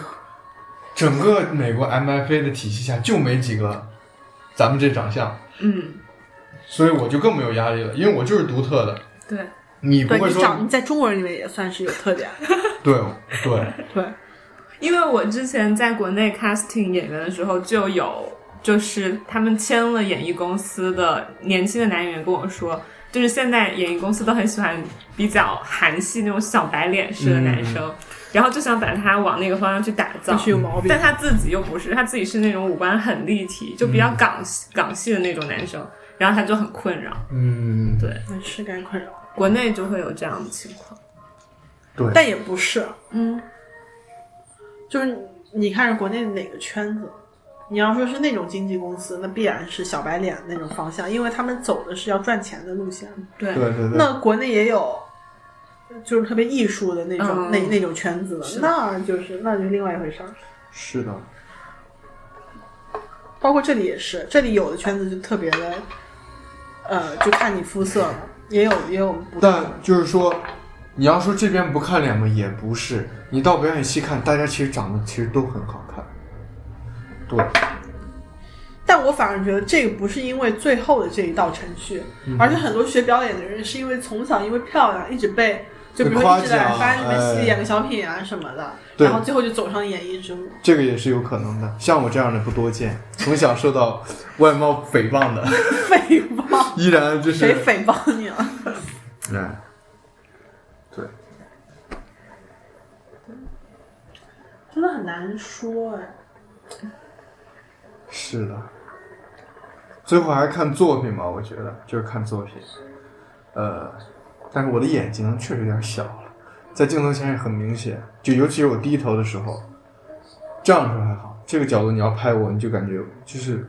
[SPEAKER 3] 整个美国 MFA 的体系下就没几个咱们这长相，
[SPEAKER 4] 嗯，
[SPEAKER 3] 所以我就更没有压力了，因为我就是独特的。
[SPEAKER 4] 对，
[SPEAKER 3] 你不
[SPEAKER 5] 对
[SPEAKER 3] 会
[SPEAKER 5] 你
[SPEAKER 3] 说
[SPEAKER 5] 长，你在中国人里面也算是有特点。
[SPEAKER 3] 对 对，
[SPEAKER 5] 对，
[SPEAKER 4] 因为我之前在国内 casting 演员的时候，就有就是他们签了演艺公司的年轻的男演员跟我说，就是现在演艺公司都很喜欢比较韩系那种小白脸式的男生，然后就想把他往那个方向去打造
[SPEAKER 5] 就。是有毛病
[SPEAKER 4] 嗯但。他自己又不是，他自己是那种五官很立体，就比较港系、港系的那种男生，然后他就很困扰。
[SPEAKER 3] 嗯，
[SPEAKER 4] 对
[SPEAKER 5] 嗯是该困扰，
[SPEAKER 4] 国内就会有这样的情况。
[SPEAKER 3] 对
[SPEAKER 5] 但也不是，
[SPEAKER 4] 嗯，
[SPEAKER 5] 就是你看是国内哪个圈子，你要说是那种经纪公司，那必然是小白脸那种方向，因为他们走的是要赚钱的路线。
[SPEAKER 4] 对，
[SPEAKER 3] 对对对，
[SPEAKER 5] 那国内也有，就是特别艺术的那种、
[SPEAKER 4] 嗯
[SPEAKER 5] 那那种圈子的，
[SPEAKER 4] 是
[SPEAKER 5] 那就是那就是另外一回事儿。
[SPEAKER 3] 是的，
[SPEAKER 5] 包括这里也是，这里有的圈子就特别的，呃，就看你肤色了，也有也有不
[SPEAKER 3] 但就是说，你要说这边不看脸嘛，也不是，你到表演系看，大家其实长得其实都很好看，对，
[SPEAKER 5] 但我反而觉得这个不是因为最后的这一道程序，
[SPEAKER 3] 嗯
[SPEAKER 5] 而是很多学表演的人是因为从小因为漂亮一直被，就比如说一直在
[SPEAKER 3] 被夸奖
[SPEAKER 5] 班里面
[SPEAKER 3] 哎
[SPEAKER 5] 戏演个小品啊什么的，
[SPEAKER 3] 对
[SPEAKER 5] 然后最后就走上演艺之路。
[SPEAKER 3] 这个也是有可能的。像我这样的不多见，从小受到外貌诽谤的，
[SPEAKER 5] 诽谤，
[SPEAKER 3] 依然 就是
[SPEAKER 5] 谁诽谤你啊了？
[SPEAKER 3] 哎，对，
[SPEAKER 5] 真的很难说哎。
[SPEAKER 3] 是的。最后还是看作品吧，我觉得就是看作品。呃，但是我的眼睛确实有点小了，在镜头前也很明显，就尤其是我低头的时候，这样的时候还好，这个角度你要拍我，你就感觉就是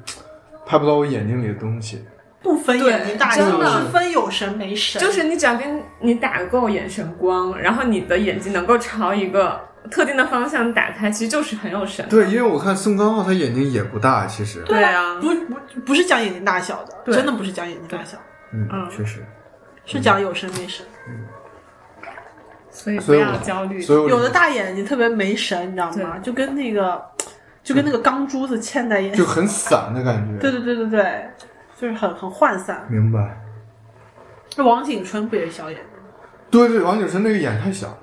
[SPEAKER 3] 拍不到我眼睛里的东西。
[SPEAKER 5] 不分眼睛大
[SPEAKER 4] 对
[SPEAKER 5] 小，
[SPEAKER 4] 真的
[SPEAKER 5] 是分有神没神。
[SPEAKER 4] 就是你只要跟你打够眼神光，然后你的眼睛能够朝一个特定的方向打开，其实就是很有神。
[SPEAKER 3] 对，因为我看宋康昊他眼睛也不大，其实，
[SPEAKER 4] 对啊，
[SPEAKER 5] 不不不是讲眼睛大小的，
[SPEAKER 4] 对
[SPEAKER 5] 真的不是讲眼睛大小，
[SPEAKER 3] 嗯
[SPEAKER 4] 嗯
[SPEAKER 3] 确实。
[SPEAKER 5] 是讲有神没神。
[SPEAKER 4] 所以不
[SPEAKER 3] 所以
[SPEAKER 4] 要
[SPEAKER 3] 我
[SPEAKER 4] 焦虑。
[SPEAKER 3] 所以我
[SPEAKER 5] 有的大眼睛特别没神，你知道吗？就跟那个，就
[SPEAKER 3] 嗯
[SPEAKER 5] 跟那个钢珠子嵌在眼
[SPEAKER 3] 就很散的感觉。
[SPEAKER 5] 对对对对对，就是很很涣散。
[SPEAKER 3] 明白。
[SPEAKER 5] 那王景春不也是小眼睛吗？
[SPEAKER 3] 对对，王景春那个眼太小了，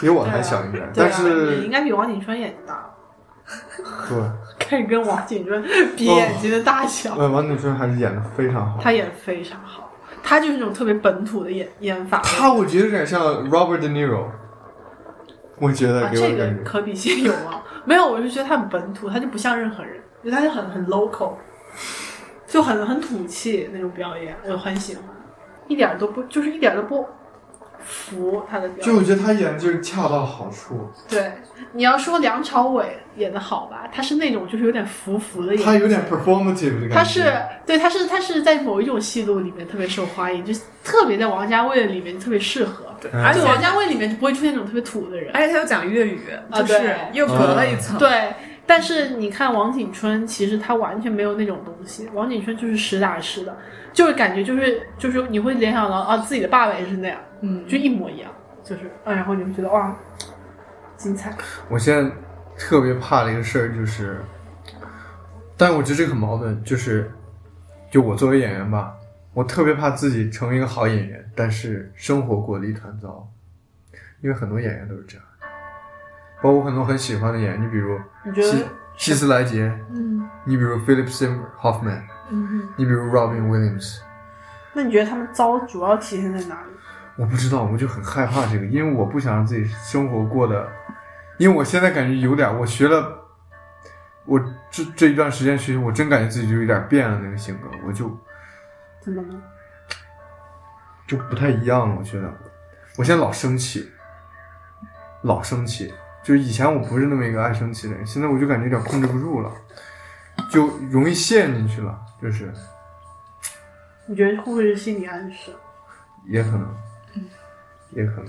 [SPEAKER 3] 比我还小应该，
[SPEAKER 5] 对
[SPEAKER 3] 嗯但
[SPEAKER 5] 啊你
[SPEAKER 3] 是
[SPEAKER 5] 应该比王景春眼睛大，
[SPEAKER 3] 对，
[SPEAKER 5] 可以跟王景春比
[SPEAKER 3] 哦
[SPEAKER 5] 眼睛的大小。
[SPEAKER 3] 呃，王景春还是演的非常好。
[SPEAKER 5] 他演得非常好，他就是那种特别本土的演演法。啊
[SPEAKER 3] 他我觉得有点像 Robert De Niro，我觉得
[SPEAKER 5] 啊，
[SPEAKER 3] 给我
[SPEAKER 5] 这
[SPEAKER 3] 的
[SPEAKER 5] 个
[SPEAKER 3] 感觉。
[SPEAKER 5] 可比性有啊？没有，我就觉得他很本土，他就不像任何人，就他就很很 local，就很很土气那种表演，我很喜欢，一点儿都不就是一点儿都不服他的表
[SPEAKER 3] 就
[SPEAKER 5] 演。
[SPEAKER 3] 我觉得他演的就是恰到好处，
[SPEAKER 5] 对，你要说梁朝伟演的好吧，他是那种就是有点浮浮的演，
[SPEAKER 3] 他有点 performative 的感觉。
[SPEAKER 5] 他是对，他是他是在某一种戏路里面特别受欢迎，就是特别在王家卫里面特别适合。
[SPEAKER 4] 对，哎
[SPEAKER 3] 嗯
[SPEAKER 4] 而且
[SPEAKER 5] 就王家卫里面就不会出现那种特别土的人。
[SPEAKER 4] 啊而且他又讲粤语，就是
[SPEAKER 5] 对
[SPEAKER 4] 又隔了一层。
[SPEAKER 5] 对，但是你看王景春，其实他完全没有那种东西。王景春就是实打实的，就是感觉就是就是你会联想到啊自己的爸爸也是那样，
[SPEAKER 4] 嗯
[SPEAKER 5] 就一模一样，就是啊，然后你会觉得哇，精彩。
[SPEAKER 3] 我现在特别怕的一个事儿就是，但我觉得这个很矛盾，就是，就我作为演员吧，我特别怕自己成为一个好演员，但是生活过得一团糟，因为很多演员都是这样，包括很多很喜欢的演员，你比如
[SPEAKER 5] 你觉
[SPEAKER 3] 希
[SPEAKER 5] 得
[SPEAKER 3] 希斯莱杰，
[SPEAKER 4] 嗯
[SPEAKER 3] 你比如 Philip Seymour Hoffman，
[SPEAKER 4] 嗯
[SPEAKER 3] 你比如 Robin Williams，
[SPEAKER 5] 那你觉得他们糟主要体现在哪里？
[SPEAKER 3] 我不知道，我就很害怕这个，因为我不想让自己生活过得，因为我现在感觉有点，我学了，我这这一段时间学习，我真感觉自己就有点变了那个性格，我就
[SPEAKER 5] 怎么了？
[SPEAKER 3] 就不太一样了。我觉得，我现在老生气，老生气，就是以前我不是那么一个爱生气的人，现在我就感觉有点控制不住了，就容易陷进去了，就是
[SPEAKER 5] 你觉得会不会是心理暗示？
[SPEAKER 3] 也可能，也可能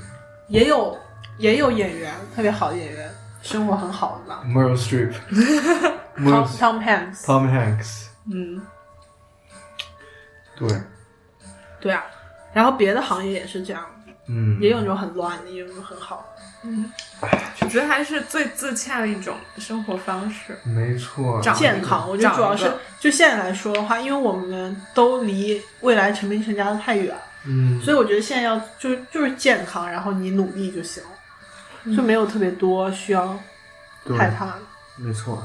[SPEAKER 5] 也有也有演员特别好的演员，生活很好的吧
[SPEAKER 3] Meryl Streep，Meryl
[SPEAKER 5] ，Tom Tom Hanks。
[SPEAKER 3] Tom Hanks，
[SPEAKER 4] 嗯
[SPEAKER 3] 对，
[SPEAKER 5] 对啊，然后别的行业也是这样，
[SPEAKER 3] 嗯，
[SPEAKER 5] 也有那种很乱的，也有那种很好。
[SPEAKER 4] 嗯，我觉得还是最自洽的一种生活方式。
[SPEAKER 3] 没错，
[SPEAKER 4] 长
[SPEAKER 5] 健康，我觉得主要是
[SPEAKER 4] 长一个
[SPEAKER 5] 就现在来说的话，因为我们都离未来成名成家的太远，
[SPEAKER 3] 嗯，
[SPEAKER 5] 所以我觉得现在要就是就是健康，然后你努力就行了，
[SPEAKER 4] 嗯
[SPEAKER 5] 就没有特别多需要
[SPEAKER 3] 对，
[SPEAKER 5] 害怕的。
[SPEAKER 3] 没错，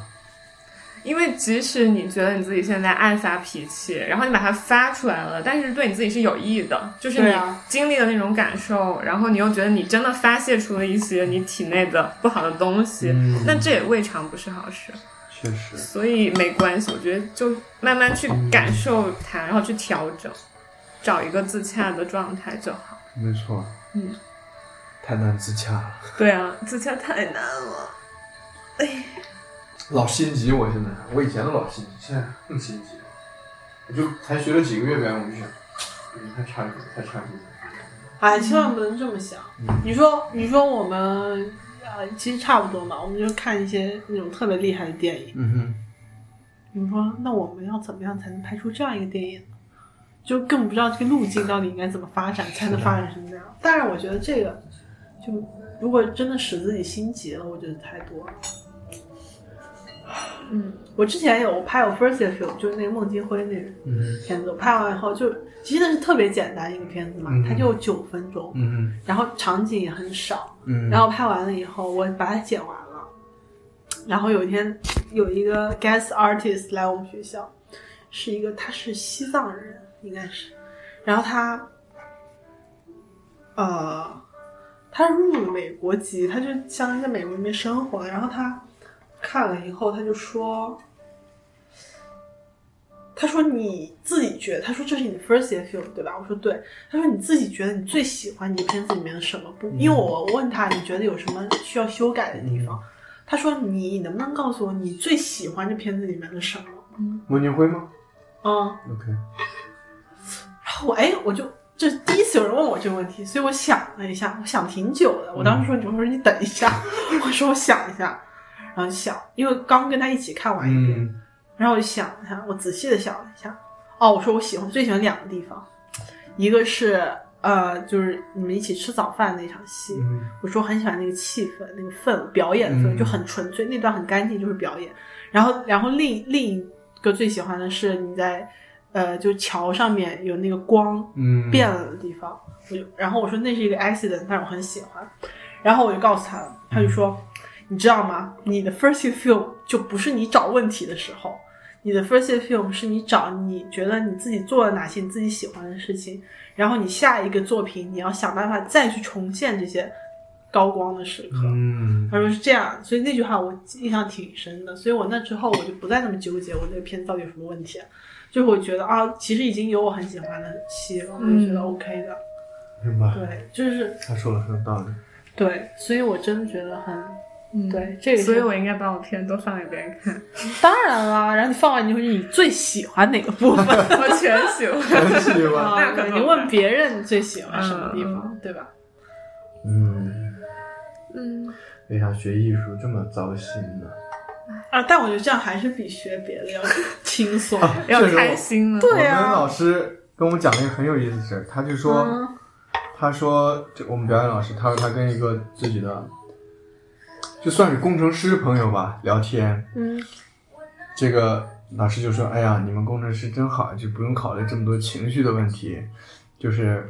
[SPEAKER 4] 因为即使你觉得你自己现在爱发脾气，然后你把它发出来了，但是对你自己是有益的，就是
[SPEAKER 5] 对
[SPEAKER 4] 你
[SPEAKER 5] 啊
[SPEAKER 4] 经历了那种感受，然后你又觉得你真的发泄出了一些你体内的不好的东西，
[SPEAKER 3] 嗯
[SPEAKER 4] 那这也未尝不是好事。
[SPEAKER 3] 确实，
[SPEAKER 4] 所以没关系，我觉得就慢慢去感受它，然后去调整，找一个自洽的状态就好。
[SPEAKER 3] 没错，
[SPEAKER 4] 嗯，
[SPEAKER 3] 太难自洽了，
[SPEAKER 4] 对 啊，自洽太难了。
[SPEAKER 3] 老心急，我现在，我以前都老心急，现在更心急了，我就才学了几个月表演，我就想，嗯太差劲了，太差劲了，
[SPEAKER 5] 哎，千万不能这么想。你说，你说我们呃，其实差不多嘛，我们就看一些那种特别厉害的电影。
[SPEAKER 3] 嗯哼，
[SPEAKER 5] 你说，那我们要怎么样才能拍出这样一个电影呢？就更不知道这个路径到底应该怎么发展，才能发展成这样。但是我觉得这个，就如果真的使自己心急了，我觉得太多了。
[SPEAKER 4] 嗯，
[SPEAKER 5] 我之前有拍我 first interview，就是那个孟京辉那个
[SPEAKER 3] 嗯
[SPEAKER 5] 片子，我拍完以后就其实那是特别简单一个片子嘛，
[SPEAKER 3] 嗯
[SPEAKER 5] 它就九分钟，
[SPEAKER 3] 嗯
[SPEAKER 5] 然后场景也很少，
[SPEAKER 3] 嗯
[SPEAKER 5] 然后拍完了以后，我把它剪完了。然后有一天，有一个 guest artist 来我们学校，是一个他是西藏人，应该是，然后他，呃，他入了美国籍，他就相当于在美国那边生活，然后他看了以后，他就说。他说：“你自己觉得，他说这是你的 first interview 对吧？”我说：“对。”他说：“你自己觉得你最喜欢你片子里面的什么部？因为我问他你觉得有什么需要修改的地方，他说你能不能告诉我你最喜欢这片子里面的什么？
[SPEAKER 3] 孟京辉吗
[SPEAKER 5] 嗯，
[SPEAKER 3] ？OK，
[SPEAKER 5] 然 后我哎，我就这是第一次有人问我这个问题，所以我想了一下，我想挺久的。我当时
[SPEAKER 3] 嗯
[SPEAKER 5] 说，你我说你等一下， 我说我想一下，然后想，因为刚跟他一起看完一遍，
[SPEAKER 3] 嗯
[SPEAKER 5] 然后我就想了一下，我仔细的想了一下，哦，我说我喜欢最喜欢两个地方，一个是呃，就是你们一起吃早饭那场戏，
[SPEAKER 3] 嗯
[SPEAKER 5] 我说我很喜欢那个气氛、那个氛围表演氛围，
[SPEAKER 3] 嗯
[SPEAKER 5] 就很纯粹，那段很干净，就是表演。然后，然后另另一个最喜欢的是你在呃，就桥上面有那个光
[SPEAKER 3] 嗯，
[SPEAKER 5] 变了的地方，我就然后我说那是一个 accident，但是我很喜欢。然后我就告诉他了，
[SPEAKER 3] 嗯
[SPEAKER 5] 他就说，你知道吗？你的 first film 就不是你找问题的时候。你的 first film 是你找你觉得你自己做了哪些你自己喜欢的事情，然后你下一个作品你要想办法再去重现这些高光的时刻。
[SPEAKER 3] 嗯，
[SPEAKER 5] 他说是这样，所以那句话我印象挺深的，所以我那之后我就不再那么纠结我那个片子到底有什么问题、就是我觉得啊，其实已经有我很喜欢的戏了，我就觉得
[SPEAKER 4] 嗯
[SPEAKER 5] OK 的。
[SPEAKER 3] 明白，
[SPEAKER 5] 对，就是
[SPEAKER 3] 他说的很有道理，
[SPEAKER 5] 对，所以我真的觉得很
[SPEAKER 4] 嗯，
[SPEAKER 5] 对，这个是
[SPEAKER 4] 所以我应该把我片都放给别人看，
[SPEAKER 5] 当然啦，然后你放完你会你最喜欢哪个部 分？
[SPEAKER 4] 我全喜欢。
[SPEAKER 3] 很喜欢，
[SPEAKER 5] 啊
[SPEAKER 4] 那可
[SPEAKER 5] 你
[SPEAKER 4] 能
[SPEAKER 5] 问别人最喜欢什么地方，
[SPEAKER 4] 嗯
[SPEAKER 5] 对吧？
[SPEAKER 3] 嗯。
[SPEAKER 4] 嗯，
[SPEAKER 3] 为啥学艺术这么糟心呢？
[SPEAKER 5] 啊，但我觉得这样还是比学别的要轻松。
[SPEAKER 4] 要
[SPEAKER 3] 这个
[SPEAKER 4] 开心了。
[SPEAKER 3] 我
[SPEAKER 5] 对
[SPEAKER 3] 们
[SPEAKER 5] 啊
[SPEAKER 3] 老师跟我们讲了一个很有意思的事儿，他就说，
[SPEAKER 5] 嗯
[SPEAKER 3] 他说这我们表演老师，他说他跟一个自己的，就算是工程师朋友吧聊天，
[SPEAKER 5] 嗯，
[SPEAKER 3] 这个老师就说，哎呀，你们工程师真好，就不用考虑这么多情绪的问题，就是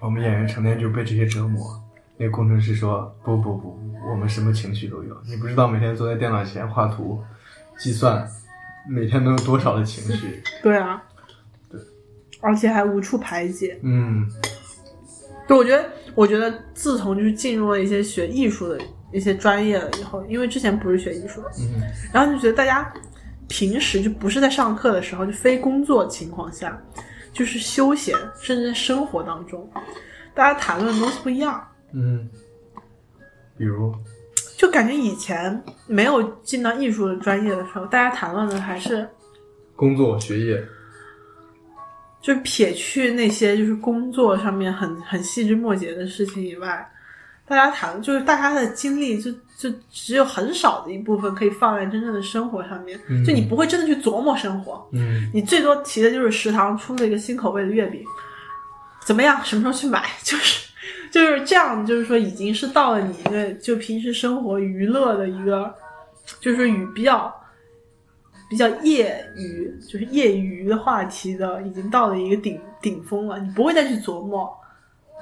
[SPEAKER 3] 我们演员成天就被这些折磨。那个工程师说，不不不，我们什么情绪都有，你不知道每天坐在电脑前画图、计算，每天能有多少的情绪。
[SPEAKER 5] 对啊，
[SPEAKER 3] 对，
[SPEAKER 5] 而且还无处排解。
[SPEAKER 3] 嗯。
[SPEAKER 5] 对，我觉得，我觉得自从就是进入了一些学艺术的一些专业了以后，因为之前不是学艺术的，
[SPEAKER 3] 嗯
[SPEAKER 5] 然后就觉得大家平时就不是在上课的时候，就非工作情况下，就是休闲甚至在生活当中，大家谈论的东西不一样。
[SPEAKER 3] 嗯，比如，
[SPEAKER 5] 就感觉以前没有进到艺术的专业的时候，大家谈论的还是
[SPEAKER 3] 工作、学业，
[SPEAKER 5] 就撇去那些就是工作上面很很细枝末节的事情以外，大家谈就是大家的精力就就只有很少的一部分可以放在真正的生活上面，
[SPEAKER 3] 嗯
[SPEAKER 5] 就你不会真的去琢磨生活，
[SPEAKER 3] 嗯，
[SPEAKER 5] 你最多提的就是食堂出了一个新口味的月饼，怎么样？什么时候去买？ 就是就是这样，就是说已经是到了你一个就平时生活娱乐的一个，就是与比较比较业余，就是业余的话题的，已经到了一个顶顶峰了。你不会再去琢磨，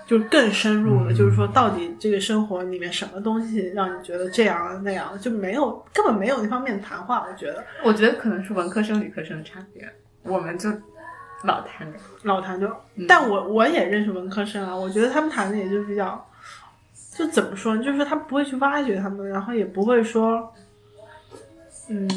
[SPEAKER 5] 就是更深入了，
[SPEAKER 3] 嗯
[SPEAKER 5] 就是说到底这个生活里面什么东西让你觉得这样那样，就没有根本没有那方面的谈话。我觉得
[SPEAKER 4] 我觉得可能是文科生、理科生的差别，我们就老谈
[SPEAKER 5] 老谈就，
[SPEAKER 4] 嗯
[SPEAKER 5] 但我我也认识文科生啊，我觉得他们谈的也就比较，就怎么说呢，就是他不会去挖掘他们，然后也不会说，嗯，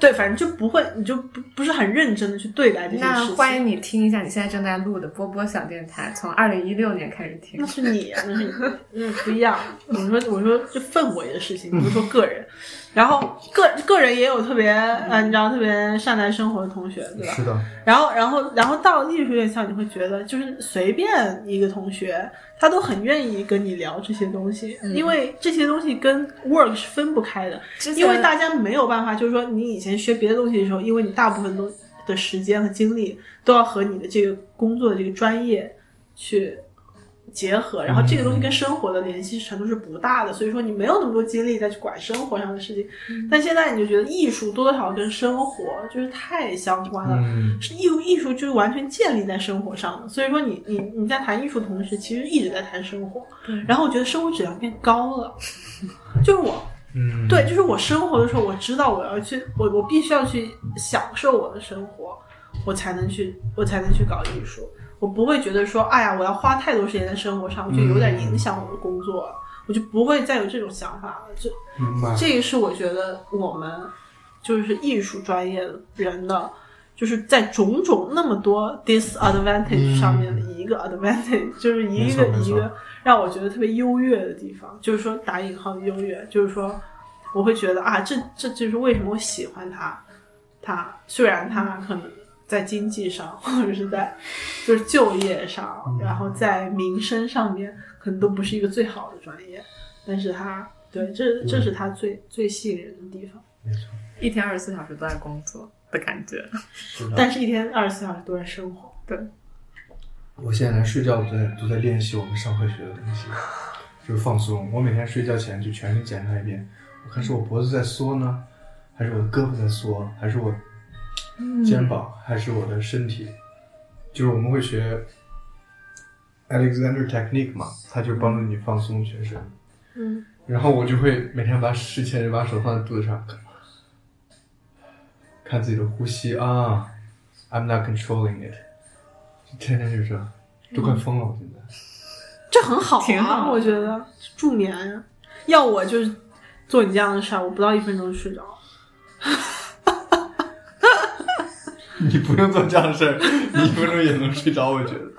[SPEAKER 5] 对，反正就不会，你就不不是很认真的去对待这些事
[SPEAKER 4] 那
[SPEAKER 5] 情。
[SPEAKER 4] 欢迎你听一下你现在正在录的波波小电台，从二零一六年开始听
[SPEAKER 5] 那。是你，那是你，嗯，不一样。我说，我说，就氛围的事情，不是说个人。然后个个人也有特别，呃，你知道特别善待生活的同学，对吧？
[SPEAKER 3] 是的，
[SPEAKER 5] 然后，然后，然后到艺术院校，你会觉得就是随便一个同学，他都很愿意跟你聊这些东西，因为这些东西跟 work 是分不开的，
[SPEAKER 4] 嗯之前
[SPEAKER 5] 因为大家没有办法，就是说你以前学别的东西的时候，因为你大部分都的时间和精力都要和你的这个工作的这个专业去结合，然后这个东西跟
[SPEAKER 4] 嗯
[SPEAKER 5] 生活的联系程度是不大的，所以说你没有那么多精力再去管生活上的事情。
[SPEAKER 4] 嗯
[SPEAKER 5] 但现在你就觉得艺术多多少少跟生活就是太相关了，
[SPEAKER 3] 嗯
[SPEAKER 5] 是艺术艺术就是完全建立在生活上的，所以说你你你在谈艺术的同时，其实一直在谈生活，然后我觉得生活质量变高了，就是我
[SPEAKER 3] 嗯，
[SPEAKER 5] 对，就是我生活的时候，我知道我要去，我我必须要去享受我的生活，我才能去，我才能去搞艺术。我不会觉得说，哎呀，我要花太多时间在生活上，我就有点影响我的工作了，我就不会再有这种想法了。就
[SPEAKER 3] 嗯明白，
[SPEAKER 5] 这个是我觉得我们就是艺术专业的人的，就是在种种那么多 disadvantage 上面的一个 advantage，、就是
[SPEAKER 3] 嗯 没
[SPEAKER 5] 一
[SPEAKER 3] 错
[SPEAKER 5] 个
[SPEAKER 3] 没
[SPEAKER 5] 一
[SPEAKER 3] 错
[SPEAKER 5] 个让我觉得特别优越的地方，就是说打引号的优越，就是说我会觉得啊，这这就是为什么我喜欢他，他虽然他可能。在经济上， 或者是在就是就业上，然后在民生上面，可能都不是一个最好的专业，但是他对，这这是他最最吸引人的地方。
[SPEAKER 3] 没错，
[SPEAKER 4] 一天二十四小时都在工作的感觉。
[SPEAKER 3] 是的。
[SPEAKER 5] 但是，一天二十四小时都在生活。
[SPEAKER 4] 对，
[SPEAKER 3] 我现在连睡觉都在都在练习我们上课学的东西，就是放松。我每天睡觉前就全身检查一遍，我看是我脖子在缩呢，还是我的胳膊在缩，还是我肩膀，还是我的身体。就是我们会学 Alexander technique 嘛，它就是帮助你放松全身。
[SPEAKER 5] 嗯，
[SPEAKER 3] 然后我就会每天把睡前就把手放在肚子上，看看自己的呼吸啊，I'm not controlling it，就天天就这样，都快疯了，我现在。
[SPEAKER 5] 这很好、啊，
[SPEAKER 4] 挺好的
[SPEAKER 5] 我觉得助眠呀、要我就是做你这样的事儿，我不到一分钟就睡着。
[SPEAKER 3] 你不用做这样的事儿， 你一分钟也能睡着，我觉得。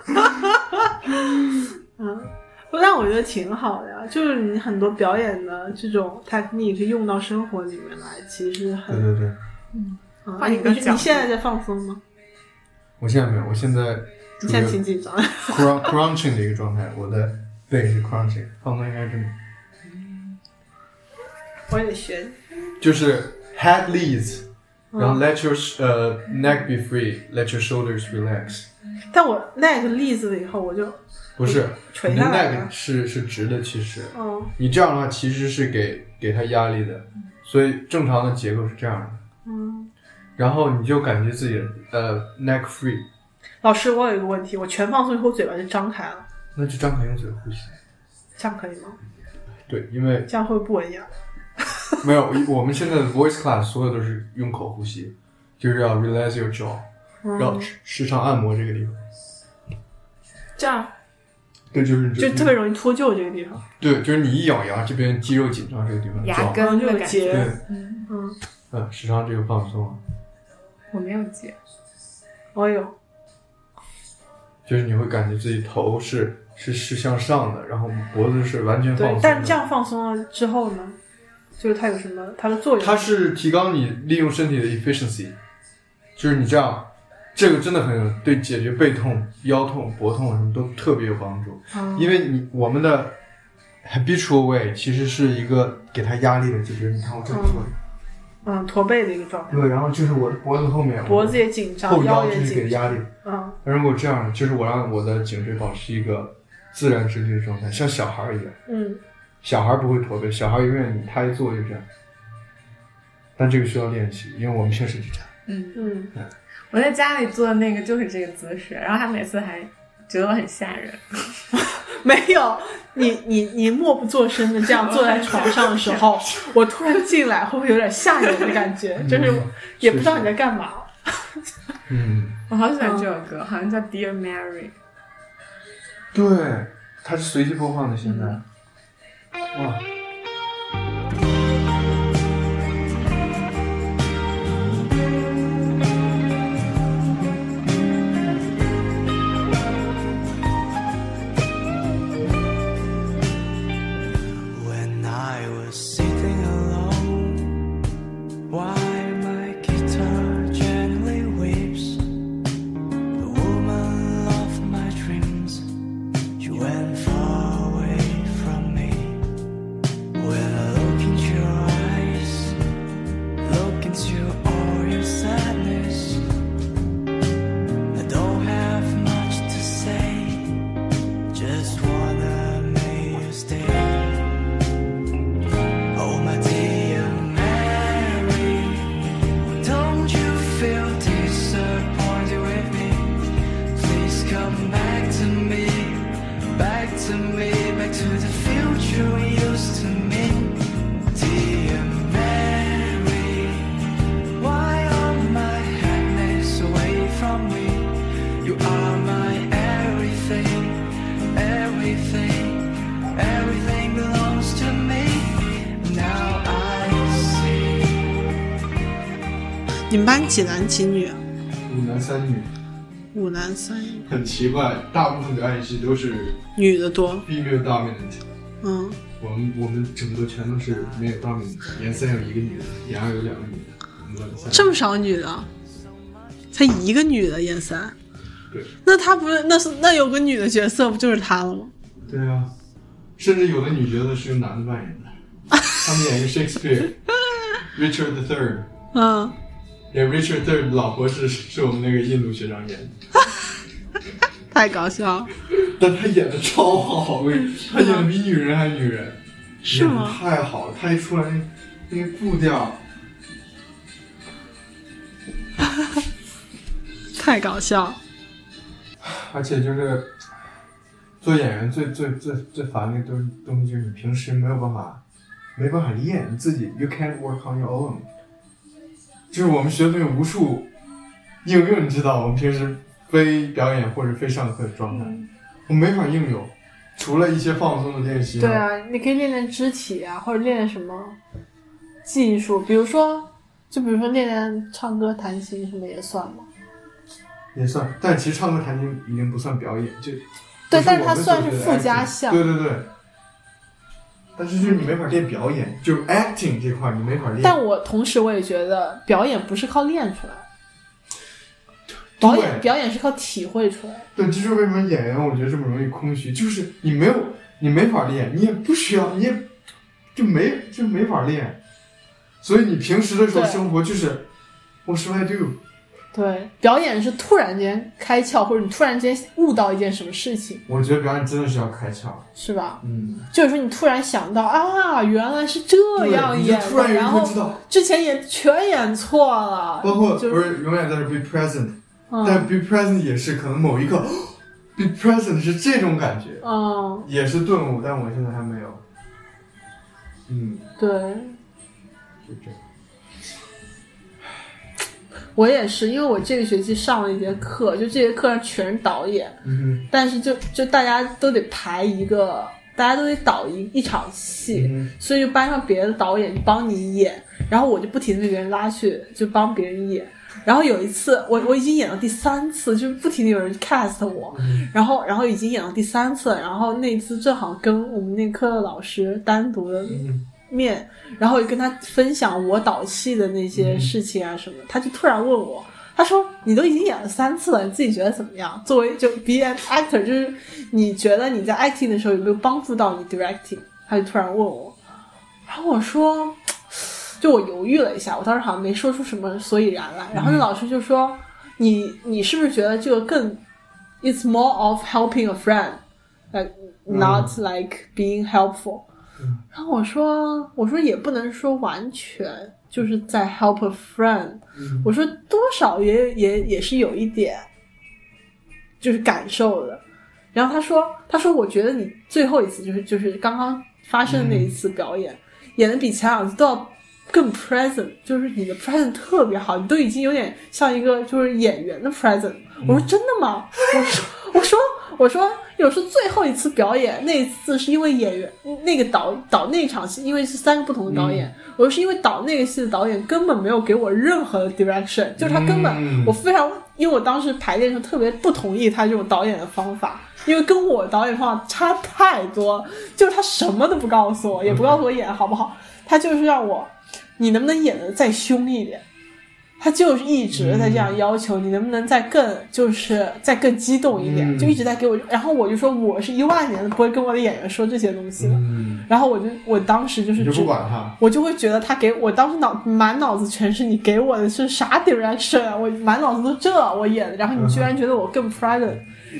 [SPEAKER 5] 但我觉得挺好的呀、就是你很多表演的这种 technique 用到生活里面来，其实
[SPEAKER 3] 对
[SPEAKER 5] 很。
[SPEAKER 3] 对对，
[SPEAKER 5] 嗯
[SPEAKER 4] 换
[SPEAKER 5] 你
[SPEAKER 4] 一个
[SPEAKER 5] 你
[SPEAKER 4] 角度
[SPEAKER 5] 你现在在放松吗？
[SPEAKER 3] 嗯我现在没有，我现在处
[SPEAKER 5] 你现在挺
[SPEAKER 3] 于
[SPEAKER 5] 紧 张。
[SPEAKER 3] crunch crunching 的一个状态，我的背是 crunching，放松应该是
[SPEAKER 5] 我也得学。
[SPEAKER 3] 就是 head leads，然
[SPEAKER 5] 嗯
[SPEAKER 3] 后 let your 呃、neck be free，let your shoulders relax。
[SPEAKER 5] 但我 neck 立子了以后，我就
[SPEAKER 3] 不是，
[SPEAKER 5] 垂
[SPEAKER 3] 你的
[SPEAKER 5] 下来了
[SPEAKER 3] neck 是是直的，其实
[SPEAKER 5] 嗯
[SPEAKER 3] 你这样的话其实是给给它压力的，所以正常的结构是这样的。
[SPEAKER 5] 嗯。
[SPEAKER 3] 然后你就感觉自己呃 neck free，
[SPEAKER 5] 老师，我有一个问题，我全放松以后嘴巴就张开了，
[SPEAKER 3] 那就张开用嘴呼吸。
[SPEAKER 5] 这样可以吗？
[SPEAKER 3] 对，因为
[SPEAKER 5] 这样会不会不文雅？
[SPEAKER 3] 没有我们现在的 voice class 所有都是用口呼吸，就是要 relax your jaw，要
[SPEAKER 5] 嗯
[SPEAKER 3] 时时常按摩这个地方。
[SPEAKER 4] 这样
[SPEAKER 3] 对，就是你
[SPEAKER 5] 就特别容易脱臼这个地方，
[SPEAKER 3] 对，就是你一咬牙，这边肌肉紧张这个地方，
[SPEAKER 4] 牙
[SPEAKER 3] 叫
[SPEAKER 5] 然后
[SPEAKER 4] 根
[SPEAKER 5] 就
[SPEAKER 4] 的
[SPEAKER 5] 有
[SPEAKER 4] 感觉，
[SPEAKER 5] 结
[SPEAKER 3] 对，。
[SPEAKER 5] 嗯，
[SPEAKER 3] 嗯，时常这个放松，
[SPEAKER 4] 我没有结。
[SPEAKER 5] 我有，
[SPEAKER 3] 就是你会感觉自己头是是是向上的，然后脖子是完全放松
[SPEAKER 5] 对
[SPEAKER 3] 的。，
[SPEAKER 5] 但是这样放松了之后呢，就是它有什么它的作用？
[SPEAKER 3] 它是提高你利用身体的 efficiency，就是你这样，这个真的很有对解决背痛、腰痛、脖痛什么都特别有帮助，
[SPEAKER 5] 嗯
[SPEAKER 3] 因为你我们的 habitual way 其实是一个给它压力的，就比如你看我这么做，
[SPEAKER 5] 嗯驼背的一个状态，
[SPEAKER 3] 对，然后就是我的脖子后面，
[SPEAKER 5] 脖子也紧张，
[SPEAKER 3] 后腰
[SPEAKER 5] 腰
[SPEAKER 3] 就
[SPEAKER 5] 也
[SPEAKER 3] 是给
[SPEAKER 5] 紧张，
[SPEAKER 3] 压力。
[SPEAKER 10] 啊
[SPEAKER 5] 嗯
[SPEAKER 3] 如果这样，就是我让我的颈椎保持一个自然直立的状态，像小孩儿一样。
[SPEAKER 5] 嗯，
[SPEAKER 3] 小孩儿不会驼背，小孩儿永远你他一坐就这样。但这个需要练习，因为我们平时就这样。
[SPEAKER 4] 嗯，
[SPEAKER 5] 嗯，
[SPEAKER 4] 我在家里做的那个就是这个姿势，然后他每次还觉得我很吓人。
[SPEAKER 5] 没有，你你你默不作声的这样坐在床上的时候，我突然进来，会不会有点吓人的感觉？
[SPEAKER 10] 嗯
[SPEAKER 5] 就是我也不知道你在干嘛。
[SPEAKER 3] 嗯，
[SPEAKER 4] 我好喜欢这首歌，好像叫《Dear Mary》。
[SPEAKER 3] 对，它是随机播放的，现在。
[SPEAKER 5] 嗯
[SPEAKER 3] 哇，
[SPEAKER 11] When I was sitting alone, while my guitar gently weeps, the woman of my dreams, she went far away from me. When I look into your eyes, look into all your sadness, I don't have much to say, just wanna make you stay. Oh my dear Mary, don't you feel disappointed with me? Please come back to me, back to me, back to the future we used to meet. Dear Mary, why all my happiness away from me? You are my everything, everything, everything belongs to me. Now I see.
[SPEAKER 10] 你们班几男几女啊？
[SPEAKER 3] 五男三女，
[SPEAKER 10] 五男三女，
[SPEAKER 3] 很奇怪，大部分的爱情都是
[SPEAKER 10] 女的多。
[SPEAKER 3] female dominant，
[SPEAKER 10] 嗯，
[SPEAKER 3] 我们我们整个全都是没有 dominant，研三有一个女的，研二有两个女的，我们乱三
[SPEAKER 10] 这么少女的，才一个女的研三。
[SPEAKER 3] 对
[SPEAKER 10] 那她不是，那是那有个女的角色不就是她了吗？
[SPEAKER 3] 对啊，甚至有的女角色是由男的扮演 的，他们演一个 Shakespeare、Richard the Third，
[SPEAKER 10] 嗯，
[SPEAKER 3] 演 Richard the Third 老婆是是我们那个印度学长演的，
[SPEAKER 10] 太搞笑了。
[SPEAKER 3] 但他演的超好，我跟你他演的比女人还女人，
[SPEAKER 10] 是吗
[SPEAKER 3] 演得太好了，他一出来那那个步调，
[SPEAKER 10] 太搞笑了。
[SPEAKER 3] 而且就是做演员最最最最烦的都是东西，就是你平时没有办法没办法练，你自己 you can't work on your own。就是我们学的那个无数应用，你知道，我们平时非表演或者非上课的状态，我没法应用，除了一些放松的练习。
[SPEAKER 5] 对，啊，你可以练练肢体啊，或者练练什么技术，比如说，就比如说练练唱歌、弹琴什么也算嘛。
[SPEAKER 3] 也算，但其实唱歌弹琴已经不算表演，就
[SPEAKER 5] 对
[SPEAKER 3] 不
[SPEAKER 5] 但是它
[SPEAKER 3] 我们所
[SPEAKER 5] 算是
[SPEAKER 3] 谓的
[SPEAKER 5] 附加
[SPEAKER 3] acting
[SPEAKER 5] 项
[SPEAKER 3] 对对对。但是就是你没法练表演，就是 acting 这块儿你没法练。
[SPEAKER 5] 但我同时我也觉得，表演不是靠练出来，表演
[SPEAKER 3] 对
[SPEAKER 5] 表演是靠体会出来。
[SPEAKER 3] 对，这就是为什么演员我觉得这么容易空虚，就是你没有，你没法练，你也不需要，你也就没就没法练。所以你平时的时候
[SPEAKER 5] 对
[SPEAKER 3] 生活就是 What should I do？
[SPEAKER 5] 对，表演是突然间开窍，或者你突然间悟到一件什么事情，
[SPEAKER 3] 我觉得表演真的是要开窍，
[SPEAKER 5] 是吧？
[SPEAKER 3] 嗯，
[SPEAKER 5] 就是说你突然想到啊，原来是这样
[SPEAKER 3] 对，你就
[SPEAKER 5] 演
[SPEAKER 3] 突
[SPEAKER 5] 的，
[SPEAKER 3] 然有一
[SPEAKER 5] 然
[SPEAKER 3] 天
[SPEAKER 5] 后
[SPEAKER 3] 知道，
[SPEAKER 5] 之前也全演错了，
[SPEAKER 3] 包括
[SPEAKER 5] 就
[SPEAKER 3] 不是永远在这 be present，但
[SPEAKER 5] 嗯
[SPEAKER 3] be present 也是可能某一刻哦 be present 是这种感觉，
[SPEAKER 5] 嗯，
[SPEAKER 3] 也是顿悟，但我现在还没有。嗯，
[SPEAKER 5] 对
[SPEAKER 3] 就这样。
[SPEAKER 5] 我也是，因为我这个学期上了一节课，就这节课上全是导演，
[SPEAKER 3] 嗯
[SPEAKER 5] 但是就就大家都得排一个，大家都得导一一场戏，
[SPEAKER 3] 嗯
[SPEAKER 5] 所以就班上别的导演就帮你演，然后我就不停的给别人拉去，就帮别人演。然后有一次，我我已经演到第三次，就是不停的有人 cast 我，
[SPEAKER 3] 嗯
[SPEAKER 5] 然后然后已经演到第三次了，然后那次正好跟我们那科的老师单独的
[SPEAKER 3] 嗯
[SPEAKER 5] 面，然后跟他分享我导戏的那
[SPEAKER 3] 嗯
[SPEAKER 5] 些事情啊什么的，他就突然问我，他说：“你都已经演了三次了，你自己觉得怎么样？作为就 be an actor，就是你觉得你在 acting 的时候有没有帮助到你 directing？” 他就突然问我，然后我说，就我犹豫了一下，我当时好像没说出什么所以然来。然后那老师就说：“你你是不是觉得这个更？It's more of helping a friend, like not like being helpful。”然后我说，我说也不能说完全就是在 help a friend，、我
[SPEAKER 3] 嗯
[SPEAKER 5] 说多少也也也是有一点，就是感受的。然后他说，他说我觉得你最后一次就是就是刚刚发生的那一次表演，演的比前两次都要更 present，就是你的 present 特别好，你都已经有点像一个就是演员的 present。我说真的吗？我说我说我说有时候最后一次表演那一次是因为演员那个导导那场戏，因为是三个不同的导演，我说是因为导那个戏的导演根本没有给我任何的 direction，就是他根本、
[SPEAKER 3] 嗯
[SPEAKER 5] 我非常，因为我当时排练的时候特别不同意他这种导演的方法。因为跟我导演方法差太多，就是他什么都不告诉我，也不告诉我演好不好，他就是让我，你能不能演的再凶一点？他就是一直在这样要求、你，能不能再更就是再更激动一点？
[SPEAKER 3] 嗯
[SPEAKER 5] 就一直在给我，然后我就说我是一万年不会跟我的演员说这些东西的。
[SPEAKER 3] 嗯，
[SPEAKER 5] 然后我就我当时就是
[SPEAKER 3] 你就
[SPEAKER 5] 只
[SPEAKER 3] 不管他，
[SPEAKER 5] 我就会觉得他给我当时脑满脑子全是你给我的是啥 direction，啊我满脑子都这我演的，然后你居然觉得我更 present，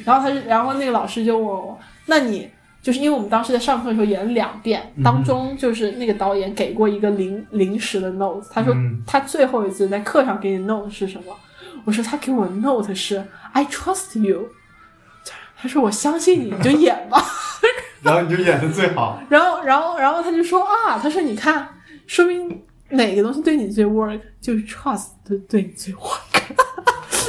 [SPEAKER 5] 然后他就然后那个老师就问我，那你就是因为我们当时在上课的时候演了两遍，当中就是那个导演给过一个临临时的 note，他说
[SPEAKER 3] 嗯
[SPEAKER 5] 他最后一次在课上给你 note 是什么？我说他给我 note 是 I trust you，他说我相信你，你就演吧。
[SPEAKER 3] 然后你就演的最好。
[SPEAKER 5] 然后，然后，然后他就说啊，他说你看，说明哪个东西对你最 work，就是 trust 对对你最 work。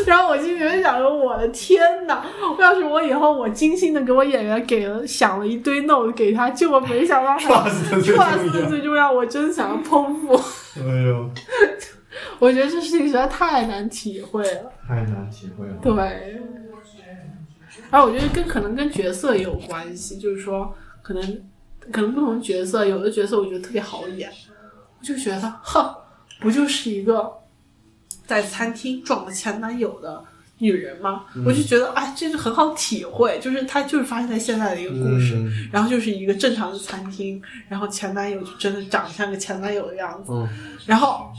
[SPEAKER 5] 然后我心里面想说，我的天哪！要是我以后我精心的给我演员给了想了一堆 note 给他，结果没想 到他
[SPEAKER 3] trust 的最重
[SPEAKER 5] trust
[SPEAKER 3] 要。
[SPEAKER 5] 最重要，我真想要剖腹。
[SPEAKER 3] 哎呦，
[SPEAKER 5] 我觉得这事情实在太难体会了。
[SPEAKER 3] 太难体会了。
[SPEAKER 5] 对。而我觉得跟可能跟角色也有关系，就是说可能可能不同角色，有的角色我觉得特别好演，我就觉得哼，不就是一个在餐厅撞了前男友的女人吗？我就觉得哎，这是很好体会，就是它就是发生在现在的一个故事，
[SPEAKER 3] 嗯
[SPEAKER 5] 然后就是一个正常的餐厅，然后前男友就真的长得像个前男友的样子，
[SPEAKER 3] 嗯
[SPEAKER 5] 然后。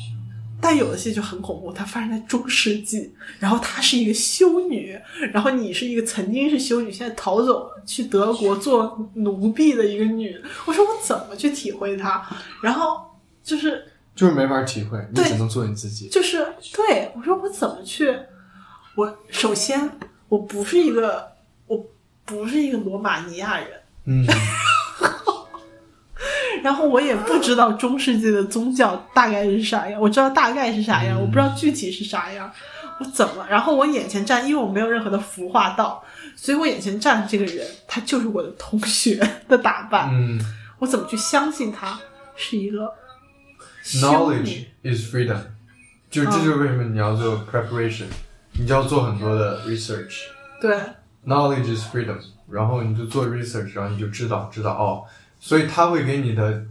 [SPEAKER 5] 但有的戏就很恐怖，它发生在中世纪，然后她是一个修女，然后你是一个曾经是修女，现在逃走去德国做奴婢的一个女，我说我怎么去体会她？然后就是
[SPEAKER 3] 就是没法体会，你
[SPEAKER 5] 对
[SPEAKER 3] 只能做你自 己。
[SPEAKER 5] 就是对我说我怎么去？我首先我不是一个我不是一个罗马尼亚人，
[SPEAKER 3] 嗯，
[SPEAKER 5] 然后我也不知道中世纪的宗教大概是啥样，我知道大概是啥
[SPEAKER 3] 嗯
[SPEAKER 5] 样，我不知道具体是啥样，我怎么？然后我眼前站，因为我没有任何的服化道，所以我眼前站的这个人，他就是我的同学的打扮，
[SPEAKER 3] 嗯
[SPEAKER 5] 我怎么去相信他是一个修女？
[SPEAKER 3] ，knowledge is freedom，就
[SPEAKER 5] 嗯
[SPEAKER 3] 这就是为什么你要做 preparation，你就要做很多的 research。
[SPEAKER 5] 对
[SPEAKER 3] Knowledge is freedom，然后你就做 research，然后你就知道知道哦，所以他会给你的，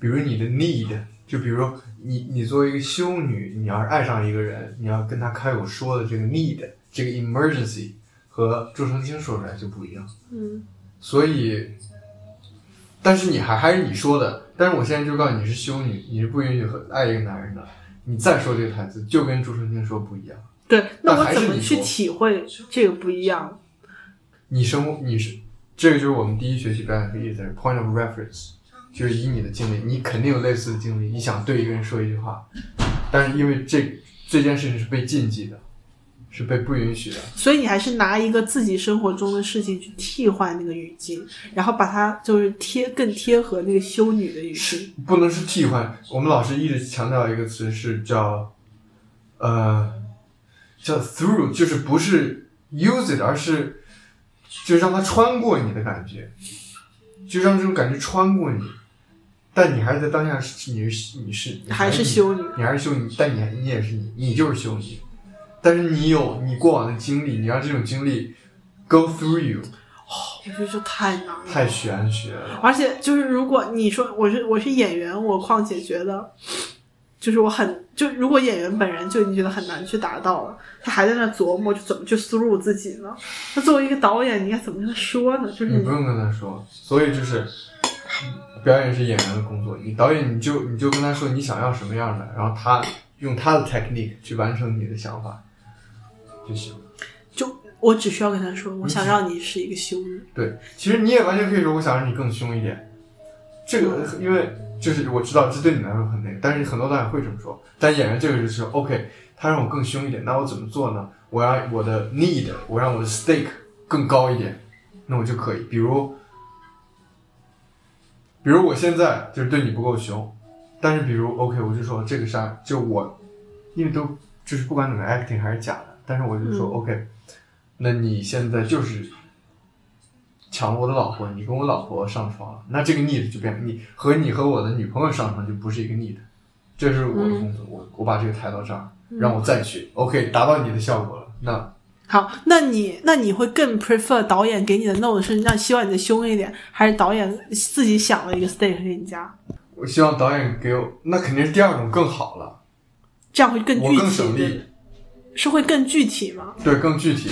[SPEAKER 3] 比如你的 need，就比如你你作为一个修女，你要是爱上一个人，你要跟他开口说的这个 need，这个 emergency 和周成清说出来就不一样。
[SPEAKER 5] 嗯，
[SPEAKER 3] 所以但是你还还是你说的，但是我现在就告诉你，你是修女，你是不允许和爱一个男人的。你再说这个台词，就跟朱春清说不一样。
[SPEAKER 5] 对，那
[SPEAKER 3] 那
[SPEAKER 5] 我
[SPEAKER 3] 还是
[SPEAKER 5] 怎么
[SPEAKER 3] 你
[SPEAKER 5] 去
[SPEAKER 3] 说
[SPEAKER 5] 体会这个不一样？
[SPEAKER 3] 你生活，你是这个就是我们第一学期表演课一直在 point of reference，就是以你的经历，你肯定有类似的经历，你想对一个人说一句话，但是因为这这件事情是被禁忌的，是被不允许的。
[SPEAKER 5] 所以你还是拿一个自己生活中的事情去替换那个语境，然后把它就是贴更贴合那个修女的语境。
[SPEAKER 3] 不能是替换。我们老师一直强调一个词是叫，呃，叫 through，就是不是 use it，而是就让它穿过你的感觉，就让这种感觉穿过你。但你还是在当下是，你是你是你
[SPEAKER 5] 还是
[SPEAKER 3] 你
[SPEAKER 5] 修女
[SPEAKER 3] 你还是修女，但你你也是你，你就是修女。但是你有你过往的经历，你让这种经历 go through you，
[SPEAKER 5] 我觉得这太难了，
[SPEAKER 3] 太玄学了。
[SPEAKER 5] 而且就是如果你说我是我是演员，我况且觉得，就是我很就如果演员本人就已经觉得很难去达到了，他还在那琢磨就怎么去输入自己呢？那作为一个导演，你应该怎么跟他说呢？就是
[SPEAKER 3] 你
[SPEAKER 5] 你
[SPEAKER 3] 嗯不用跟他说，所以就是表演是演员的工作。你导演你就你就跟他说你想要什么样的，然后他用他的 technique 去完成你的想法就行。
[SPEAKER 5] 就我只需要跟他说，我
[SPEAKER 3] 嗯
[SPEAKER 5] 想让你是一个修女，
[SPEAKER 3] 对，其实你也完全可以说我想让你更凶一点。这个因为就是我知道这对你来说很那个，但是很多导演会这么说。但演员这个就是 OK，他让我更凶一点，那我怎么做呢？我让我的 need，我让我的 stake 更高一点，那我就可以。比如，比如我现在就是对你不够凶，但是比如 OK，我就说这个杀就我，因为都就是不管怎么 acting 还是假的，但是我就说、OK，那你现在就是抢了我的老婆，你跟我老婆上床了，那这个 need 就变你和你和我的女朋友上床就不是一个 need，这是我的工
[SPEAKER 5] 嗯
[SPEAKER 3] 作，我我把这个抬到这儿，让我再去、OK 达到你的效果了，那
[SPEAKER 5] 好，那你那你会更 prefer 导演给你的 note 是让希望你再凶一点，还是导演自己想了一个 stage 给你加，
[SPEAKER 3] 我希望导演给我，那肯定是第二种更好了，
[SPEAKER 5] 这样会更
[SPEAKER 3] 我
[SPEAKER 5] 具
[SPEAKER 3] 更
[SPEAKER 5] 体
[SPEAKER 3] 省
[SPEAKER 5] 对
[SPEAKER 3] 力，
[SPEAKER 5] 是会更具体吗？
[SPEAKER 3] 对，更具体，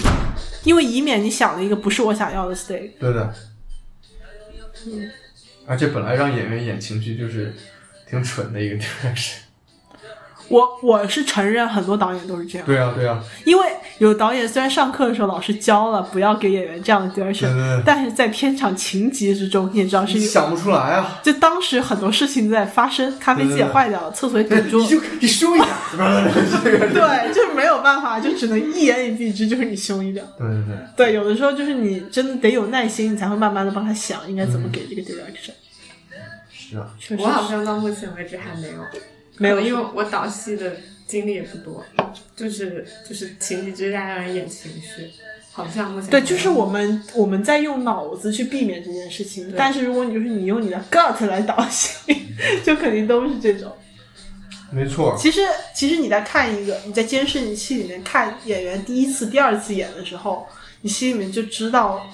[SPEAKER 5] 因为以免你想了一个不是我想要的 stage。
[SPEAKER 3] 对的。而且本来让演员演情绪就是挺蠢的一个 direction。
[SPEAKER 5] 我我是承认很多导演都是这样，
[SPEAKER 3] 对啊，对啊，
[SPEAKER 5] 因为有导演虽然上课的时候老师教了不要给演员这样的 d i r
[SPEAKER 3] 对对对
[SPEAKER 5] 但是在片场情急之中，你也知道是
[SPEAKER 3] 你想不出来啊，
[SPEAKER 5] 就当时很多事情在发生，咖啡机也坏掉了，厕所也 堵
[SPEAKER 3] 你
[SPEAKER 5] 住了，
[SPEAKER 3] 就你凶一点，这个
[SPEAKER 5] 对，就是没有办法，就只能一言以蔽之，就是你凶一点。
[SPEAKER 3] 对对对。
[SPEAKER 5] 对，有的时候就是你真的得有耐心，你才会慢慢的帮他想应该怎么给这个 direction。
[SPEAKER 3] 是啊，
[SPEAKER 5] 确实
[SPEAKER 4] 我好像到目前为止还没有，
[SPEAKER 5] 没有
[SPEAKER 4] 可能啊因为我导戏的经历也不多，就是就是情急之下让人演情绪，好像目前
[SPEAKER 5] 对，就是我们我们在用脑子去避免这件事情，但是如果你就是你用你的 gut 来导戏，就肯定都是这种。
[SPEAKER 3] 没错。
[SPEAKER 5] 其实其实你在看一个你在监视器里面看演员第一次、第二次演的时候，你心里面就知道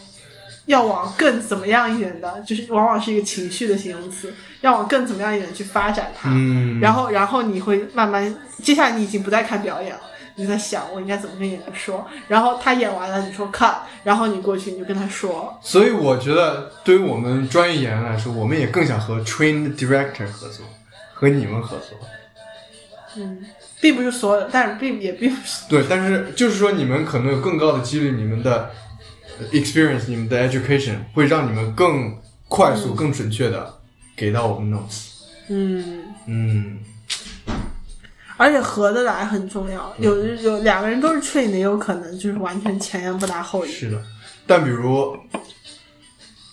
[SPEAKER 5] 要往更怎么样一点的，就是往往是一个情绪的形容词，要往更怎么样一点去发展它。
[SPEAKER 3] 嗯
[SPEAKER 5] 然后然后你会慢慢，接下来你已经不再看表演了。你就在想我应该怎么跟演员说，然后他演完了，你说 cut，然后你过去你就跟他说，
[SPEAKER 3] 所以我觉得，对于我们专业演员来说，我们也更想和 trained director 合作，和你们合作。
[SPEAKER 5] 嗯并不是所有，但是并也并不是
[SPEAKER 3] 对，但是就是说，你们可能有更高的几率，你们的呃 experience、你们的 education 会让你们更快速、
[SPEAKER 5] 嗯
[SPEAKER 3] 更准确的给到我们 notes。嗯嗯，
[SPEAKER 5] 而且合得来很重要。有
[SPEAKER 3] 嗯
[SPEAKER 5] 有两个人都是 train 的，也有可能就是完全前言不搭后语。
[SPEAKER 3] 是的。但比如，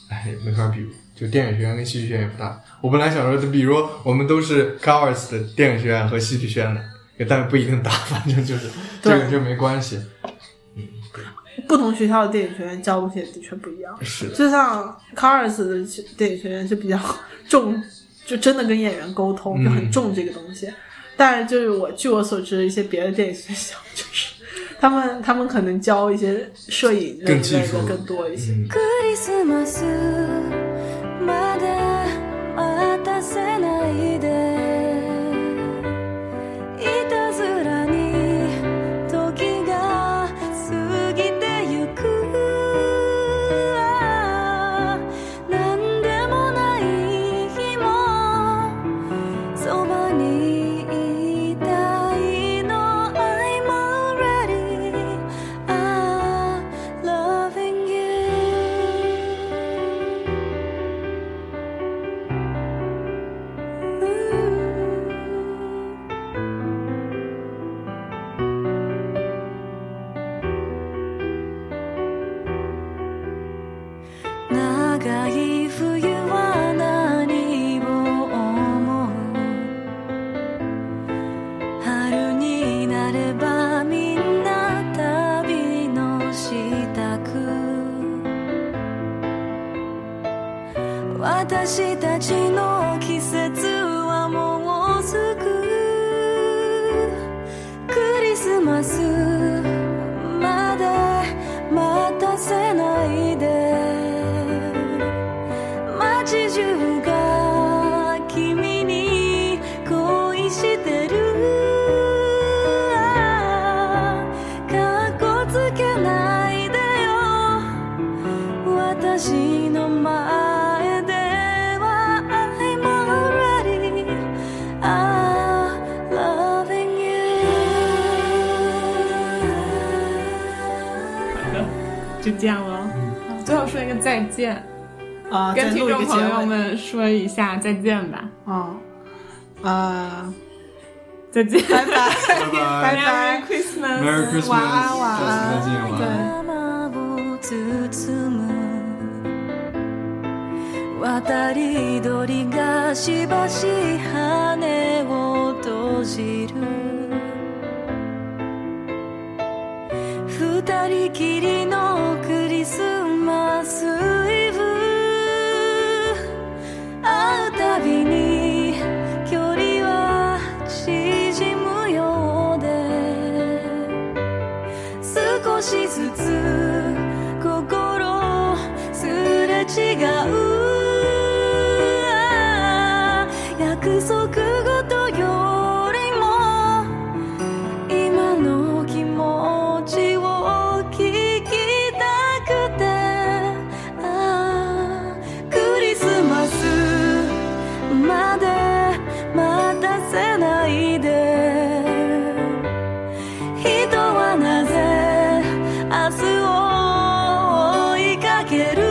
[SPEAKER 3] 哎，也没法比如，就电影学院跟戏剧学院也不搭。我本来想说，比如我们都是 Covers 的电影学院和戏剧学院的，但是不一定搭， 反正就是这
[SPEAKER 5] 对
[SPEAKER 3] 个就没关系。
[SPEAKER 5] 不同学校的电影学院教东西也的确不一样。
[SPEAKER 3] 是的，
[SPEAKER 5] 就像 Cars 的电影学院是比较 重，就真的跟演员沟
[SPEAKER 3] 嗯
[SPEAKER 5] 通就很重这个东西。但是就是我据我所知，一些别的电影学校就是 他们他们可能教一些摄影类
[SPEAKER 3] 更技
[SPEAKER 5] 的
[SPEAKER 3] 术
[SPEAKER 5] 更多一些。
[SPEAKER 3] 嗯，
[SPEAKER 12] クリスマスまで待たせないでいたずらに時が過ぎてゆくああなんでもない長い冬は何を思う春になればみんな旅の支度私たちの季節はもうすぐクリスマスまで待たせないで街中が君に恋してるああかっこつけないでよ私の前では I'm already Ah, loving you.
[SPEAKER 11] 就这样了
[SPEAKER 4] 啊最后说一个再见，
[SPEAKER 11] 啊，
[SPEAKER 4] 跟
[SPEAKER 11] 嗯再
[SPEAKER 4] 听
[SPEAKER 11] 录一
[SPEAKER 4] 众
[SPEAKER 11] 个
[SPEAKER 4] 朋
[SPEAKER 11] 结
[SPEAKER 4] 友
[SPEAKER 11] 尾
[SPEAKER 4] 们说一下再见吧，
[SPEAKER 11] 啊
[SPEAKER 5] 呃
[SPEAKER 11] 啊，
[SPEAKER 4] 再见，
[SPEAKER 11] 拜
[SPEAKER 3] 拜
[SPEAKER 11] 拜拜
[SPEAKER 3] 拜
[SPEAKER 11] 拜
[SPEAKER 4] Merry Christmas。
[SPEAKER 3] ，Merry Christmas，
[SPEAKER 11] 晚安晚安
[SPEAKER 3] 下次再见，晚安。
[SPEAKER 12] 山を包む渡り鳥がしばし羽を閉じる二人きりのクリスマスイブ会うたびに距離は縮むようで少しずつ心すれ違うああ約束事よりも今の気持ちを聞きたくてああクリスマスまで待たせないで人はなぜ明日を追いかける